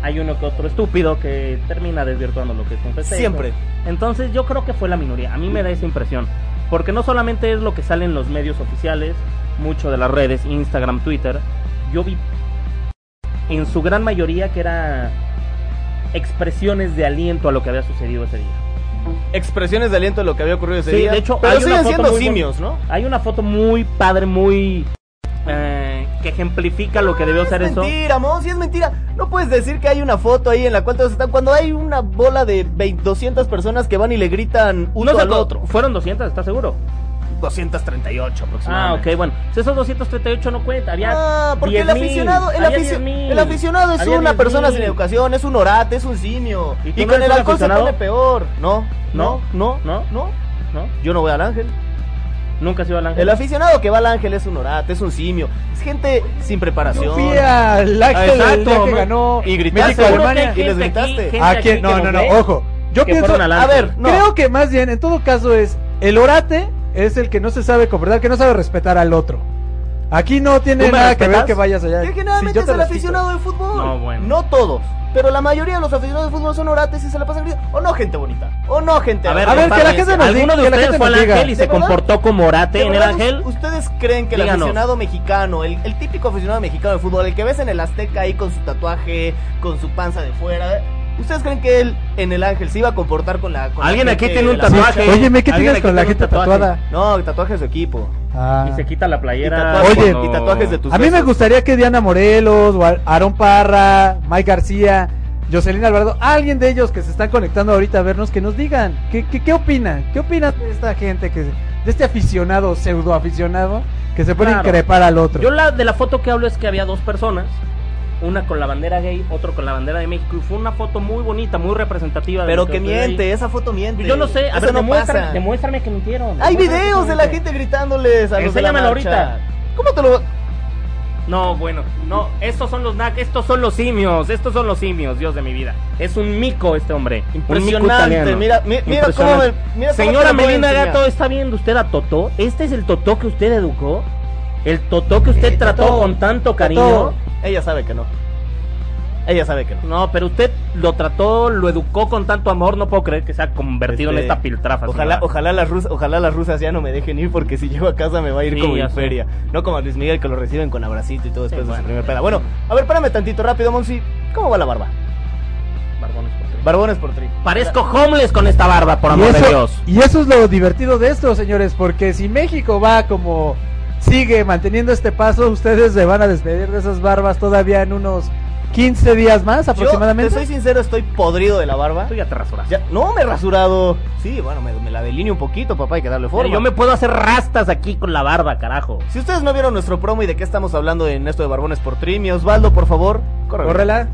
S13: hay uno que otro estúpido que termina desvirtuando lo que es un festejo.
S12: Siempre.
S13: Entonces yo creo que fue la minoría. A mí me da esa impresión. Porque no solamente es lo que sale en los medios oficiales, mucho de las redes, Instagram, Twitter. Yo vi en su gran mayoría que era expresiones de aliento a lo que había sucedido ese día.
S12: Expresiones de aliento de lo que había ocurrido ese
S13: Sí,
S12: día.
S13: de hecho,
S12: Pero
S13: hay una
S12: siguen
S13: foto
S12: siendo
S13: muy
S12: simios,
S13: bonita.
S12: ¿no?
S13: Hay una foto muy padre, muy. eh, que ejemplifica lo que debió ser
S12: Es
S13: eso.
S12: mentira, Monsi, es mentira. No puedes decir que hay una foto ahí en la cual todos están. Cuando hay una bola de 20 200 personas que van y le gritan uno
S13: No sé
S12: al
S13: cu-
S12: otro.
S13: ¿Fueron 200? ¿Estás seguro?
S12: 238
S13: Ah,
S12: aproximadamente.
S13: ok, bueno. Si esos 238 no cuenta, había.
S12: Ah, porque el
S13: 10,000,
S12: aficionado, el,
S13: había
S12: aficio-
S13: 10,000,
S12: el aficionado es
S13: había
S12: una persona
S13: 10,000.
S12: sin educación, es un orate, es un simio.
S13: ¿Y
S12: Y,
S13: tú no
S12: con
S13: eres
S12: el
S13: un
S12: alcohol se
S13: aficionado?
S12: pone peor. No, no, no,
S13: no,
S12: no.
S13: ¿No?
S12: Yo no voy al ángel.
S13: Nunca has ido al ángel.
S12: El aficionado que va al ángel es un orate, es un simio. Es gente sin preparación.
S2: Yo fui al Ángel el día
S12: Exacto,
S2: que
S12: ¿no?
S2: ganó
S12: Y gritaste.
S2: México, Alemania.
S12: Y les gritaste.
S2: ¿A Ah, quién? No, no, no, ojo. Yo pienso, a ver, creo que más bien, en todo caso es, el orate es el que no se sabe comportar, que no sabe respetar al otro. Aquí no tiene
S12: ¿Tú me
S2: nada que ver
S12: respetas?
S2: que vayas allá.
S12: Que generalmente
S2: Sí, yo
S12: es
S2: te
S12: el
S2: respeto.
S12: aficionado de fútbol.
S13: No, bueno.
S12: No todos. Pero la mayoría de los aficionados de fútbol son orates y se la pasan gritando. O no, gente bonita. O no, gente.
S13: A ver,
S12: bonita.
S13: compadre, ¿Alguno de ustedes fue al ángel y se comportó como orate
S12: ¿De
S13: en el
S12: verdad
S13: ángel?
S12: ¿Ustedes creen que el
S13: Díganos.
S12: aficionado mexicano, el, el típico aficionado mexicano de fútbol, el que ves en el Azteca ahí con su tatuaje, con su panza de fuera, ¿ustedes creen que él en el ángel se iba a comportar con la. con la
S13: Alguien aquí
S12: gente
S13: tiene
S12: de
S13: un
S12: la
S13: tatuaje.
S12: marcha?
S2: Oye, ¿me qué tienes
S13: Alguien aquí
S2: con la
S13: tiene un
S2: gente
S13: tatuaje.
S2: tatuada?
S12: No, tatuajes de equipo.
S2: Ah.
S13: Y se quita la playera.
S12: tatuajes
S2: Oye,
S13: cuando-
S12: y tatuajes de tus
S2: A mí me gustaría que Diana Morelos, o Ar- Aarón Parra, Mike García, Jocelyn Alvarado, alguien de ellos que se están conectando ahorita a vernos, que nos digan, ¿qué, qué, qué opinan? ¿Qué opinan de esta gente, que, de este aficionado, pseudo aficionado, que se pone
S13: Claro.
S2: a increpar al otro?
S13: Yo la, de la foto que hablo es que había dos personas, una con la bandera gay, otro con la bandera de México, y fue una foto muy bonita, muy representativa. de
S12: Pero
S13: lo
S12: que
S13: sucedió ahí. Pues
S12: miente, esa foto miente.
S13: Yo no sé, a
S12: Eso
S13: ver,
S12: no
S13: demuéstrame,
S12: pasa.
S13: demuéstrame que mintieron.
S12: Hay
S13: demuéstrame
S12: videos
S13: que
S12: de la
S13: mintieron.
S12: gente gritándoles a los de la
S13: Enséñamelo
S12: marcha.
S13: ahorita.
S12: ¿Cómo te lo.?
S13: No, bueno, no, estos son los nac, estos son los simios, estos son los simios, Dios de mi vida. Es un mico este hombre. un mico
S12: Impresionante,
S13: italiano.
S12: mira, mi- mira cómo
S13: Impresionante.
S12: me- mira cómo
S13: Señora
S12: te lo voy a
S13: Melina
S12: enseñar.
S13: Gato, ¿está viendo usted a Totó? ¿Este es el Totó que usted educó? ¿El Totó que usted trató
S12: Totó,
S13: con tanto cariño?
S12: Todo. Eh, Ella sabe que no. Ella sabe que no.
S13: No, pero usted lo trató, lo educó con tanto amor, no puedo creer que se ha convertido en
S12: Este,
S13: esta piltrafa.
S12: Ojalá,
S13: señora.
S12: ojalá, las rusas, ojalá las rusas ya no me dejen ir porque si llego a casa me va a ir
S13: Sí,
S12: como
S13: ya
S12: en
S13: sé.
S12: feria. No como a Luis Miguel que lo reciben con abracito y todo después
S13: Sí,
S12: de
S13: bueno.
S12: su primer peda. Bueno, a ver, espérame tantito rápido, Monsi. ¿Cómo va la barba?
S13: Barbones por tres.
S12: Barbones por tri.
S13: Parezco homeless con esta barba, por
S2: y,
S13: amor de
S2: eso,
S13: Dios.
S2: y eso es lo divertido de esto, señores, porque si México va como sigue manteniendo este paso, ustedes se van a despedir de esas barbas todavía en unos 15 días más
S12: Yo, te
S2: aproximadamente.
S12: soy sincero, estoy podrido de la barba.
S13: Tú ya te rasuras.
S12: Ya- no me he rasurado. Sí, bueno, me, me la delineo un poquito, papá, hay que darle
S13: Pero
S12: forma.
S13: Eh, yo me puedo hacer rastas aquí con la barba, carajo.
S12: Si ustedes no vieron nuestro promo y de qué estamos hablando en esto de Barbones por Tri, mi Osvaldo, por favor, córrele.
S2: Córrela.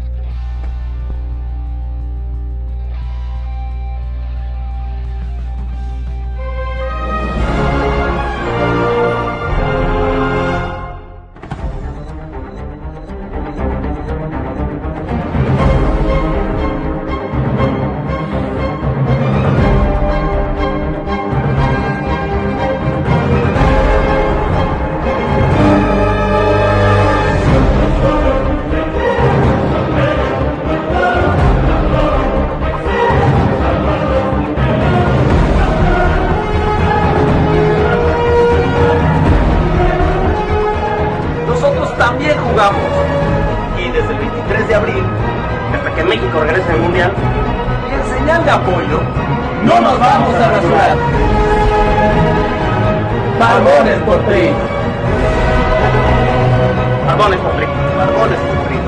S14: Nosotros también jugamos. Y desde el 23 de abril, hasta que México regrese al Mundial, y en señal de apoyo, no nos vamos a rasurar. Barbones por ti. Barbones por tri. Barbones por tri.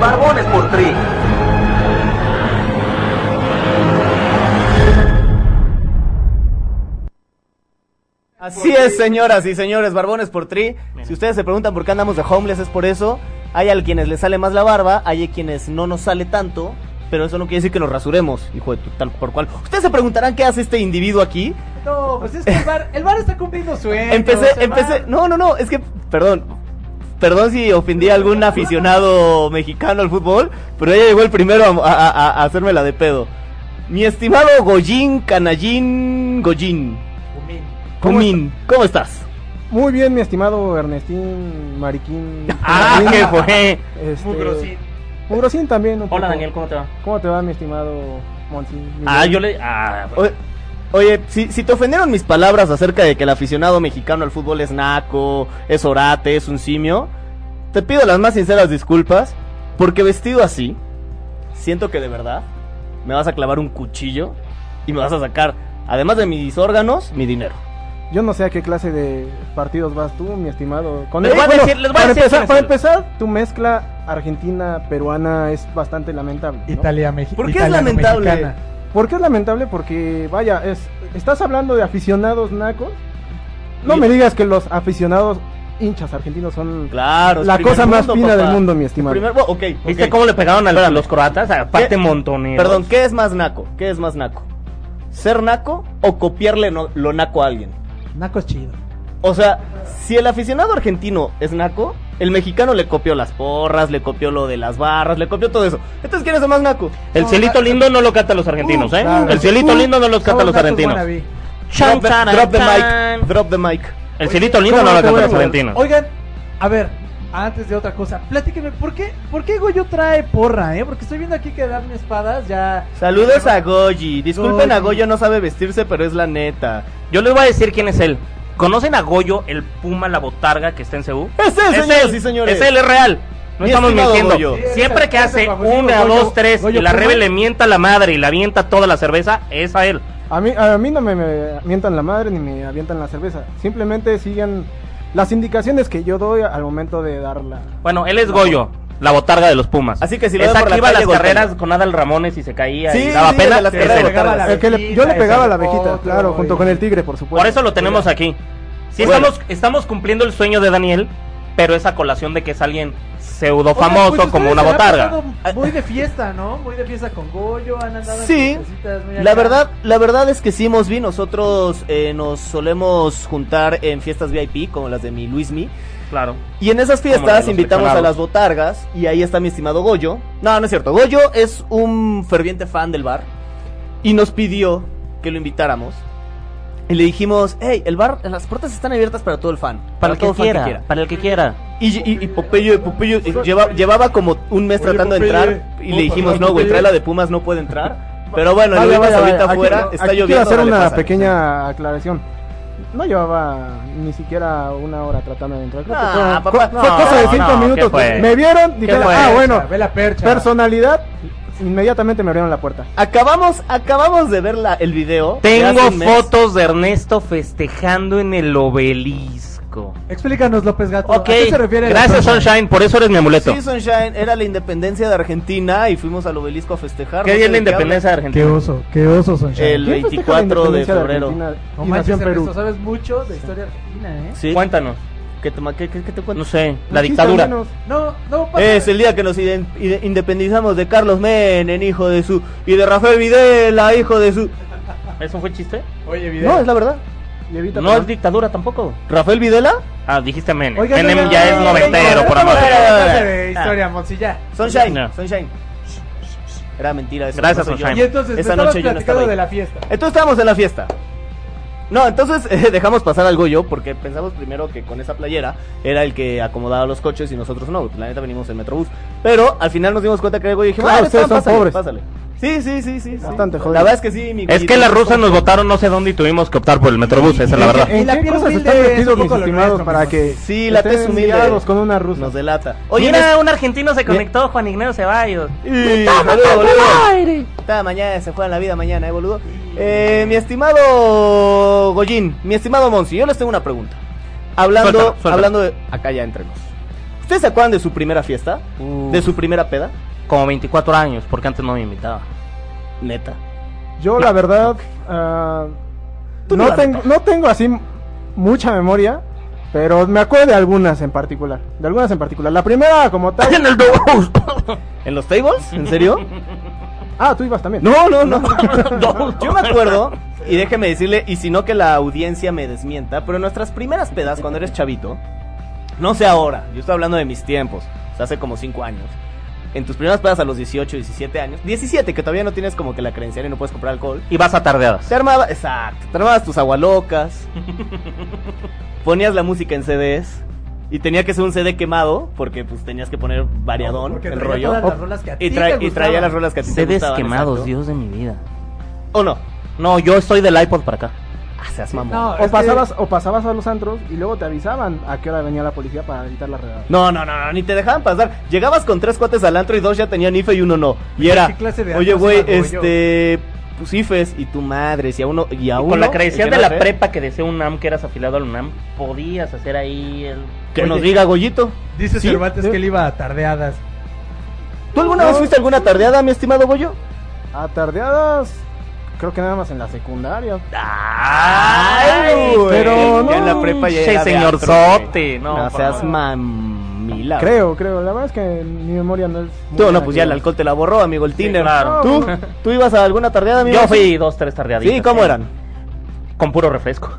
S14: Barbones por tri.
S12: Así es, señoras y señores, Barbones por Tri. Si ustedes se preguntan por qué andamos de homeless, es por eso. Hay a quienes les sale más la barba, hay a quienes no nos sale tanto, pero eso no quiere decir que nos rasuremos, hijo de tu tal por cual. Ustedes se preguntarán qué hace este individuo aquí.
S2: No, pues es que el bar, el bar está cumpliendo sueños.
S12: Empecé,
S2: el bar-
S12: empecé, no, no, no, es que, perdón, perdón si ofendí a algún aficionado mexicano al fútbol, pero ella llegó el primero a, a- a- a hacérmela de pedo. Mi estimado Goyín, Canallín, Goyín. Comín, ¿cómo estás?
S2: Muy bien, mi estimado Ernestín Mariquín.
S12: Ah,
S2: Marroquín.
S12: qué fue.
S2: Este,
S12: Mugrosín.
S2: Mugrosín también. un
S13: Hola
S2: poco.
S13: Daniel, ¿cómo te va?
S2: ¿Cómo te va, mi estimado Monsi?
S12: Ah,
S13: Yo le... Ah,
S12: O- Oye, si, si te ofendieron mis palabras acerca de que el aficionado mexicano al fútbol es naco, es orate, es un simio, te pido las más sinceras disculpas, porque vestido así, siento que de verdad me vas a clavar un cuchillo y me vas a sacar, además de mis órganos, mi dinero.
S2: Yo no sé a qué clase de partidos vas tú, mi estimado.
S12: Les voy a decir- les voy a
S2: para
S12: decir
S2: empezar, para
S12: quiénes son.
S2: empezar, tu mezcla argentina-peruana es bastante lamentable. ¿no?
S5: Italia, Mex-
S2: ¿Por qué es
S5: italiano-mexicana.
S2: lamentable? ¿Por qué es lamentable? Porque, vaya, es, estás hablando de aficionados nacos. No me digas que los aficionados hinchas argentinos son
S12: Claro, es
S2: la
S12: primer
S2: cosa más
S12: mundo,
S2: fina
S12: papá.
S2: del mundo, mi
S12: Es
S2: estimado.
S12: primer- bueno, ok, ok.
S13: ¿Viste cómo le pegaron a
S12: Espérame.
S13: los croatas? Aparte montonero.
S12: Perdón, ¿qué es más naco? ¿Qué es más naco? ¿Ser naco o copiarle no- lo naco a alguien?
S5: Naco es chido.
S12: O sea, si el aficionado argentino es naco, el mexicano le copió las porras, le copió lo de las barras, le copió todo eso. Entonces, ¿quién es el más naco?
S13: El cielito lindo no lo canta los argentinos,
S2: Uh,
S13: ¿eh? El cielito lindo no lo canta los argentinos.
S12: Drop the, drop the mic, drop the mic.
S13: El cielito lindo no lo canta los argentinos.
S5: Oigan, a ver, antes de otra cosa, platíquenme, ¿por qué, por qué Goyo trae porra, eh? Porque estoy viendo aquí que darme espadas ya...
S12: Saludos a Goyi. Disculpen a
S5: Goyi.
S12: Goyo, no sabe vestirse, pero es la neta.
S13: Yo les voy a decir quién es él. ¿Conocen a Goyo, el puma, la botarga que está en Cebu?
S12: Es él, señoras y señores.
S13: Es él, es real. No
S12: Mi
S13: estamos
S12: estimado
S13: mintiendo.
S12: Goyo.
S13: Siempre que
S12: Ese- ese
S13: hace
S12: famosísimo
S13: una,
S12: Goyo-
S13: dos, tres
S12: Goyo
S13: y la
S12: Puma.
S13: rebe le mienta la madre y la avienta toda la cerveza, es a él.
S2: A mí, a mí no me, me mientan la madre ni me avientan la cerveza. Simplemente siguen las indicaciones que yo doy al momento de darla.
S13: Bueno, él es Goyo, la botarga de los Pumas.
S12: Así que si lo ven
S13: Esa
S12: por
S13: que
S12: la
S13: iba a
S12: calle,
S13: las
S12: golpéenlo.
S13: carreras con Adal Ramones y se caía
S12: Sí,
S13: y daba
S12: sí,
S13: pena.
S12: de las
S13: es
S12: carreras
S13: él.
S12: de botargas.
S2: El que le- yo le pegaba a la abejita, claro, junto con el tigre, por supuesto.
S13: Por eso lo tenemos aquí. Sí,
S2: Bueno.
S13: estamos, estamos cumpliendo el sueño de Daniel, pero esa colación de que es alguien pseudo famoso
S5: Oigan, pues
S13: como una
S5: ustedes se la han
S13: botarga.
S5: pasado Muy de fiesta, ¿no? Muy de fiesta con Goyo, han andado en
S12: Sí,
S5: fiestecitas muy
S12: La
S5: acá.
S12: verdad, la verdad es que sí, Mosby, nosotros eh, nos solemos juntar en fiestas VIP, como las de mi Luismi.
S13: Claro.
S12: Y en esas
S13: Como la de
S12: fiestas
S13: los
S12: invitamos a las
S13: pechorados.
S12: botargas, y ahí está mi estimado Goyo. No, no es cierto, Goyo es un ferviente fan del bar, y nos pidió que lo invitáramos. Y le dijimos, hey, el bar, las puertas están abiertas para todo el fan.
S13: Para el
S12: todo
S13: que
S12: fan
S13: quiera, para el que quiera.
S12: Y, y, y Popeye, Popeye, eh, lleva- llevaba como un mes
S13: Oye,
S12: tratando de
S13: Popeye,
S12: entrar, y
S13: ¿cómo
S12: le dijimos,
S13: pasó,
S12: no, güey,
S13: Popeye?
S12: trae la de Pumas, no puede entrar. Pero bueno, lo vimos ahorita
S2: Aquí-
S12: afuera,
S2: aquí
S12: está
S2: Quiero
S12: lloviendo.
S2: hacer
S12: dale,
S2: una
S12: pásale.
S2: pequeña aclaración. No llevaba ni siquiera una hora tratando de entrar. Creo que
S12: Ah,
S2: fueron-
S12: papá,
S2: fue,
S12: no,
S2: fue cosa de cinco
S12: no, ¿qué
S2: minutos.
S12: fue?
S2: Me vieron,
S12: ¿Qué
S2: dijeron,
S12: fue?
S2: ah, bueno,
S12: Ve la percha.
S2: personalidad, inmediatamente me abrieron la puerta.
S12: Acabamos, acabamos de ver la- el video. de hace
S13: Tengo
S12: un mes.
S13: fotos de Ernesto festejando en el obelisco.
S5: Explícanos, López Gato.
S12: Ok,
S5: ¿A qué se refiere? la
S13: Gracias,
S5: porra?
S13: Sunshine, por eso eres mi amuleto.
S12: Sí, Sunshine, era la independencia de Argentina y fuimos al obelisco a festejar.
S13: ¿Qué
S12: no
S13: día
S12: sé
S13: es la
S12: de qué
S13: independencia de
S12: hablan.
S13: Argentina?
S5: Qué oso, qué oso, Sunshine.
S12: El 24 de febrero.
S5: No
S2: y
S5: manches,
S2: nació en Perú.
S5: Ernesto, sabes mucho de historia argentina, ¿eh?
S12: Sí.
S13: Cuéntanos.
S12: ¿Qué te, ma- qué- qué- qué te cuento?
S13: No sé,
S12: la dictadura.
S5: No, no, pasa.
S12: Es el día que nos iden- ide- independizamos de Carlos Menem, hijo de su. Y de Rafael Videla, hijo de su.
S13: ¿Eso fue chiste?
S5: Oye,
S12: video. No, es la verdad.
S13: No es dictadura tampoco.
S12: ¿Rafael Videla?
S13: Ah, dijiste Menem.
S5: Oigan,
S13: Menem
S5: oigan,
S13: ya
S5: oigan,
S13: es
S5: oigan,
S13: noventero,
S5: oigan,
S13: por
S5: oigan,
S13: amor de
S5: oigan,
S13: Dios.
S5: oigan, de historia, Monsi, ya.
S12: Sunshine,
S5: Ya.
S12: Sunshine. Era mentira eso.
S13: Gracias,
S12: no soy yo.
S13: Sunshine.
S5: Y entonces,
S12: Esa
S5: me
S12: noche
S5: noche
S12: yo no estaba
S5: platicando
S12: ahí.
S5: de la fiesta.
S12: Entonces estábamos en la fiesta. No, entonces eh, dejamos pasar algo yo porque pensamos primero que con esa playera era el que acomodaba los coches y nosotros no. La neta venimos en Metrobús. Pero al final nos dimos cuenta que era Goyo y dijimos,
S2: Claro,
S12: ah,
S2: ustedes
S12: está,
S2: son
S12: pásale,
S2: pobres.
S12: pásale. Sí, sí, sí, sí.
S2: Bastante
S12: La verdad es que sí, mi
S13: Es
S12: Goyito.
S13: que las rusas nos votaron no sé dónde y tuvimos que optar por el Metrobús, esa es la verdad.
S2: ¿En
S5: la
S2: qué
S5: piel
S2: cosas
S5: humilde
S2: están
S5: es
S2: metidos
S5: un
S2: mis
S5: poco lo
S2: estimados
S5: nuestro,
S2: para
S5: mis
S2: que
S12: Sí, la
S2: estén
S12: tez humilde.
S2: ligados con una rusa?
S12: Nos delata. Oye,
S13: Mira, un argentino se conectó, Juan Ignacio Ceballos.
S12: Y- boludo, boludo. Está, mañana se juega la vida mañana, eh, boludo. Eh, mi estimado Goyín, mi estimado Monsi, yo les tengo una pregunta. Hablando,
S13: Suéltalo, suéltalo.
S12: hablando de acá ya entre nos. ¿Ustedes se acuerdan de su primera fiesta? ¿De su primera peda?
S13: Como 24 años, porque antes no me invitaba.
S12: Neta.
S2: Yo la verdad ah,
S12: Tú no
S2: no,
S12: la
S2: tengo, no tengo así mucha memoria, pero me acuerdo de algunas en particular. De algunas en particular. La primera como tal.
S13: En el
S12: ¿En los tables? ¿En serio?
S2: Ah, tú ibas también.
S12: No, no, no. Yo me acuerdo, y déjeme decirle, y si no que la audiencia me desmienta, pero en nuestras primeras pedas, cuando eres chavito, No sé ahora, yo estoy hablando de mis tiempos, o sea, hace como 5 años. En tus primeras pedas a los 18, 17 años, 17, que todavía no tienes como que la credencial y no puedes comprar alcohol.
S13: Y vas a tardeadas.
S12: Te armabas, exacto, te armabas tus agualocas, ponías la música en CDs. Y tenía que ser un CD quemado, porque pues tenías que poner variadón,
S2: porque
S12: el
S2: traía
S12: rollo.
S2: todas las rolas que a ti
S12: y, tra-
S2: te
S12: y traía
S2: gustaban.
S12: las rolas que a ti te
S13: CDs
S12: gustaban,
S13: quemados,
S12: exacto.
S13: Dios de mi vida.
S12: ¿O no?
S13: No, yo estoy del iPod para acá.
S12: Ah, seas mamón.
S3: o, pasabas, o pasabas a los antros y luego te avisaban a qué hora venía la policía para evitar la redada.
S12: No, no, no, no, ni te dejaban pasar. Llegabas con tres cuates al antro y dos ya tenían IFE y uno no. Y
S3: ¿Qué
S12: era,
S3: clase de
S12: oye,
S3: antro
S12: güey,
S3: iba, güey, yo?
S12: este, tus IFEs y tu madre, si a uno, y a uno.
S13: Con la
S12: el
S13: credencial
S12: que
S13: de
S12: no
S13: la
S12: era,
S13: prepa que decía UNAM, que eras afiliado al UNAM, podías hacer ahí el...
S12: Que nos diga Goyito.
S2: Dice
S12: Sí.
S2: Cervantes que él iba a tardeadas.
S12: ¿Tú alguna
S3: No.
S12: vez fuiste a alguna tardeada, mi estimado Goyo?
S3: A tardeadas, creo que nada más en la secundaria.
S12: Ay, güey,
S3: pero
S12: que en
S3: no,
S12: la prepa ya
S3: che,
S12: era de
S3: señor
S12: antro, güey.
S13: sote, no,
S12: No
S13: por
S12: seas
S13: favor.
S12: mamila. güey.
S3: Creo, creo. La verdad es que mi memoria no es. muy
S12: Tú, no,
S3: buena,
S12: pues ya el
S3: creo.
S12: alcohol te la borró, amigo, el Tinder.
S13: claro.
S12: ¿Tú? ¿Tú ibas a alguna tardeada, amigo?
S13: Yo fui dos, tres tardeaditas.
S12: Sí, ¿cómo
S13: eh,
S12: eran?
S13: Con puro refresco.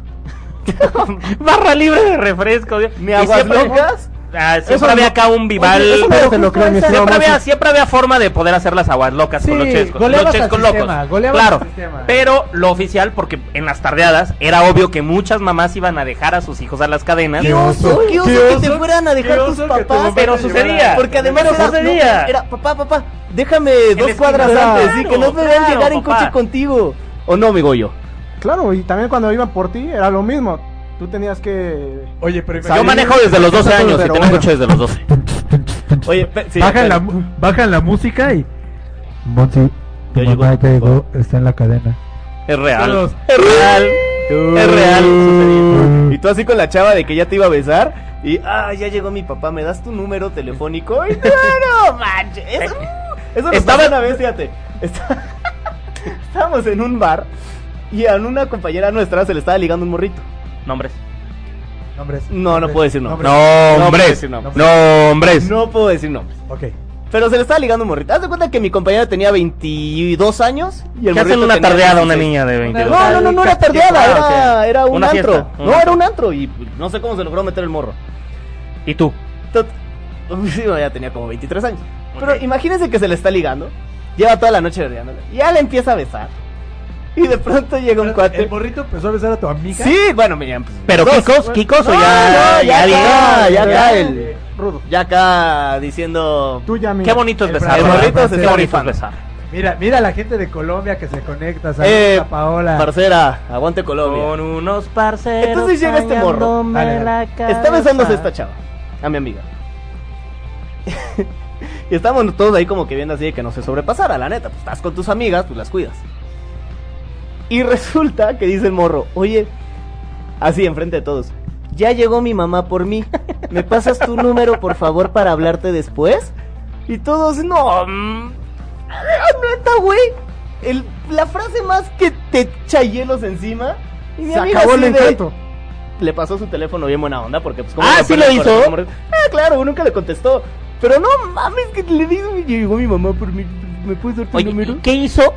S13: Barra libre de refresco. Dios.
S12: ¿Ni
S13: Y
S12: aguas
S13: siempre-
S12: locas?
S13: Ah, siempre
S12: Eso
S13: había
S12: no-
S13: acá un vival.
S12: Oye, eso no
S13: Pero
S12: se lo este
S13: justo
S12: cree mi
S13: esa- siempre,
S12: estimado
S13: había,
S12: Monsi.
S13: siempre había forma de poder hacer las aguas locas con los
S2: Sí,
S13: chescos.
S2: goleabas
S13: Los chescos
S2: al
S13: locos.
S2: sistema, goleabas
S13: claro.
S2: al sistema.
S13: Pero lo oficial, porque en las tardeadas era obvio que muchas mamás iban a dejar a sus hijos a las cadenas.
S12: ¡Qué oso! ¡Qué oso que te fueran a
S2: qué
S12: dejar tus
S2: oso que tu
S12: papás!
S2: mamá
S13: Pero
S2: te
S13: sucedía.
S2: llevara.
S12: Porque además
S13: Pero
S12: era,
S13: sucedía.
S12: no, era, papá, papá, déjame dos
S13: esquina,
S12: cuadras
S13: claro,
S12: antes y que no me vean
S13: claro,
S12: llegar en
S13: papá.
S12: coche contigo. ¿O no, mi Goyo?
S3: Claro, y también cuando iban por ti era lo mismo. Tú tenías que.
S2: Oye, pero
S13: Yo manejo desde los 12 años y
S3: Pero
S13: tengo
S3: bueno.
S13: coche desde los 12.
S12: Oye, pe- sí,
S15: bajan,
S12: pero-
S15: la, mu- bajan la música y. Monty, tu
S12: Yo
S15: mamá llegó, está en la cadena.
S13: Es real.
S15: Todos.
S13: Es real. Es real.
S12: real. Y tú así con la chava de que ya te iba a besar. Y, ah, ya llegó mi papá, ¿me das tu número telefónico? Y, no, no, manches. Eso, eso nos
S13: Estaba-
S12: pasó una vez, fíjate. Está- Estábamos en un bar y a una compañera nuestra se le estaba ligando un morrito.
S13: Nombres.
S2: Nombres.
S12: No, no puedo decir nombres. No puedo
S13: Nombres.
S12: decir nombres.
S13: Nombres.
S12: No puedo decir nombres.
S2: Ok.
S12: Pero se le estaba ligando un morrito. Haz de cuenta que mi compañera tenía 22 años y el
S13: ¿Qué hacen
S12: morrito
S13: una
S12: tenía
S13: tardeada a una
S12: 16.
S13: niña de 22?
S12: No, no, no, no era tardeada,
S13: Ah,
S12: era,
S13: ok.
S12: era un
S13: Una
S12: antro.
S13: fiesta,
S12: No, era un antro y no sé cómo se logró meter el morro.
S13: ¿Y tú?
S12: Tot- Sí, bueno, ya tenía como 23 años. Pero imagínense que se le está ligando. Lleva toda la noche verdeándola. Ya le empieza a besar. Y de pronto llega un
S2: El
S12: cuate.
S2: morrito empezó a besar a tu amiga.
S12: Sí, bueno, mira, pues,
S13: Pero
S12: dos.
S13: Kikos, Kikos o
S12: No,
S13: ya.
S2: Ah,
S12: no, ya, acá,
S13: diga-
S12: ya
S13: ya-
S12: acá el.
S3: Rudo.
S12: Ya acá diciendo.
S3: Tú ya, mira.
S13: Qué bonito es
S2: El
S13: besar.
S12: el
S13: ¿verdad?
S12: morrito se está
S13: Qué bonito es
S12: rifando.
S13: besar.
S2: Mira, mira la gente de Colombia que se conecta. Saludos
S12: Eh,
S2: a Paola.
S12: Parcera, aguante Colombia.
S13: Con unos parceros.
S12: Entonces llega este morro.
S13: bañándome
S2: Dale,
S13: la
S12: Está
S13: cabeza.
S12: besándose esta chava, a mi amiga. y estamos todos ahí como que viendo así de que no se sobrepasara, la neta. Pues estás con tus amigas, pues las cuidas. Y resulta que dice el morro, oye, así enfrente de todos. Ya llegó mi mamá por mí. ¿Me pasas tu número, por favor, para hablarte después? Y todos, no. mm, la neta, güey. El- la frase más que te echa hielos encima. Y mi
S3: Se
S12: amiga
S3: acabó el
S12: así de-
S3: encanto.
S12: le pasó su teléfono bien buena onda porque pues
S13: Ah,
S12: no
S13: ¿sí
S12: perder
S13: lo
S12: el
S13: hizo?
S12: corazón? Ah, claro, nunca le contestó. Pero no mames que le digo, llegó mi mamá por mi me puedes dar tu
S13: Oye,
S12: número?
S13: ¿y ¿qué hizo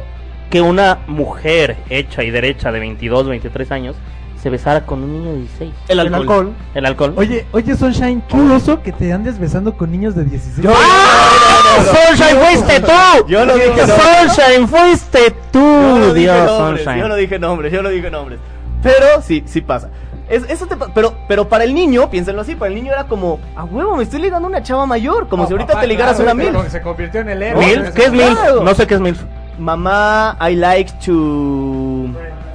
S13: que una mujer hecha y derecha de 22, 23 años se besara con un niño de 16?
S12: El alcohol.
S13: El alcohol.
S2: Oye, oye, Sunshine, qué oso que te andes besando con niños de 16
S12: Yo-
S13: ¡Ah! ¡Sunshine, fuiste tú!
S12: Yo no dije nombres.
S13: ¡Sunshine, fuiste
S12: Yo
S13: tú!
S12: no dije
S13: Uh, Dios,
S12: nombres,
S13: Sunshine.
S12: yo no dije nombres, yo no dije nombres. Pero sí, sí pasa. Es- eso te pa- pero pero para el niño, piénsenlo así, para el niño era como, a huevo, me estoy ligando a una chava mayor, como pues si ahorita te ligaras a una mil.
S2: Ah, Se convirtió en el héroe.
S13: ¿Milf? ¿Qué es Milf?
S12: Claro.
S13: No sé qué es Milf.
S12: Mamá, I like to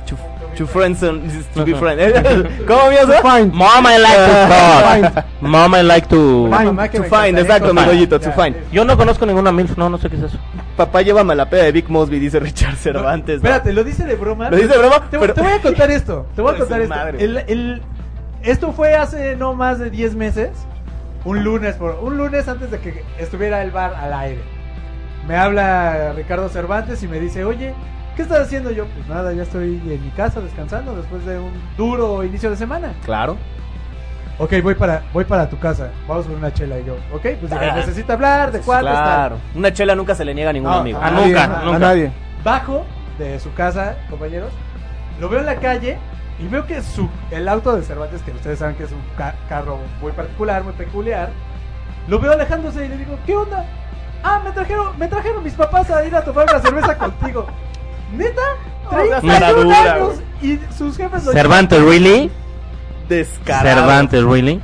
S12: to, to friends and- to be friends. ¿Cómo me hace?
S13: Mom, I like to fuck. Mom, I like to...
S2: Ay, mamá, que
S12: To
S2: me
S12: find,
S2: encantaría
S12: exacto, mi
S2: conocer.
S12: gollito, to
S2: Ya,
S12: find.
S13: Yo no conozco ninguna Milf, no, no sé qué es eso.
S12: Papá llévame a la peda de Big Mosby, dice Richard Cervantes. ¿no?
S2: Espérate, lo dice de broma.
S12: Lo dice de broma,
S2: Te,
S12: pero-
S2: te voy a contar esto. Te voy a
S12: Pero
S2: contar
S12: su
S2: esto.
S12: madre.
S2: El- el- esto fue hace no más de 10 meses. Un lunes, por, un lunes antes de que estuviera el bar al aire. Me habla Ricardo Cervantes y me dice, oye, ¿qué estás haciendo yo? Pues nada, ya estoy en mi casa descansando después de un duro inicio de semana.
S12: Claro.
S2: Ok, voy para, voy para tu casa. Vamos con una chela y yo. Ok, pues de que
S12: Ah.
S2: necesita hablar, de cuánto
S12: Claro. Una chela nunca se le niega a ningún
S2: No,
S12: amigo.
S2: a
S13: Ah, nunca,
S3: A nadie.
S2: bajo de su casa, compañeros, lo veo en la calle Y veo que su, el auto de Cervantes, que ustedes saben que es un ca- carro muy particular, muy peculiar, lo veo alejándose y le digo, ¿qué onda? Ah, me trajeron, me trajeron mis papás a ir a tomar una cerveza contigo. ¿Neta?
S13: sea,
S2: 31
S13: está dura,
S2: años y sus jefes lo
S13: Cervantes,
S2: llevan-
S13: really?
S12: Descarado.
S13: Cervantes, really?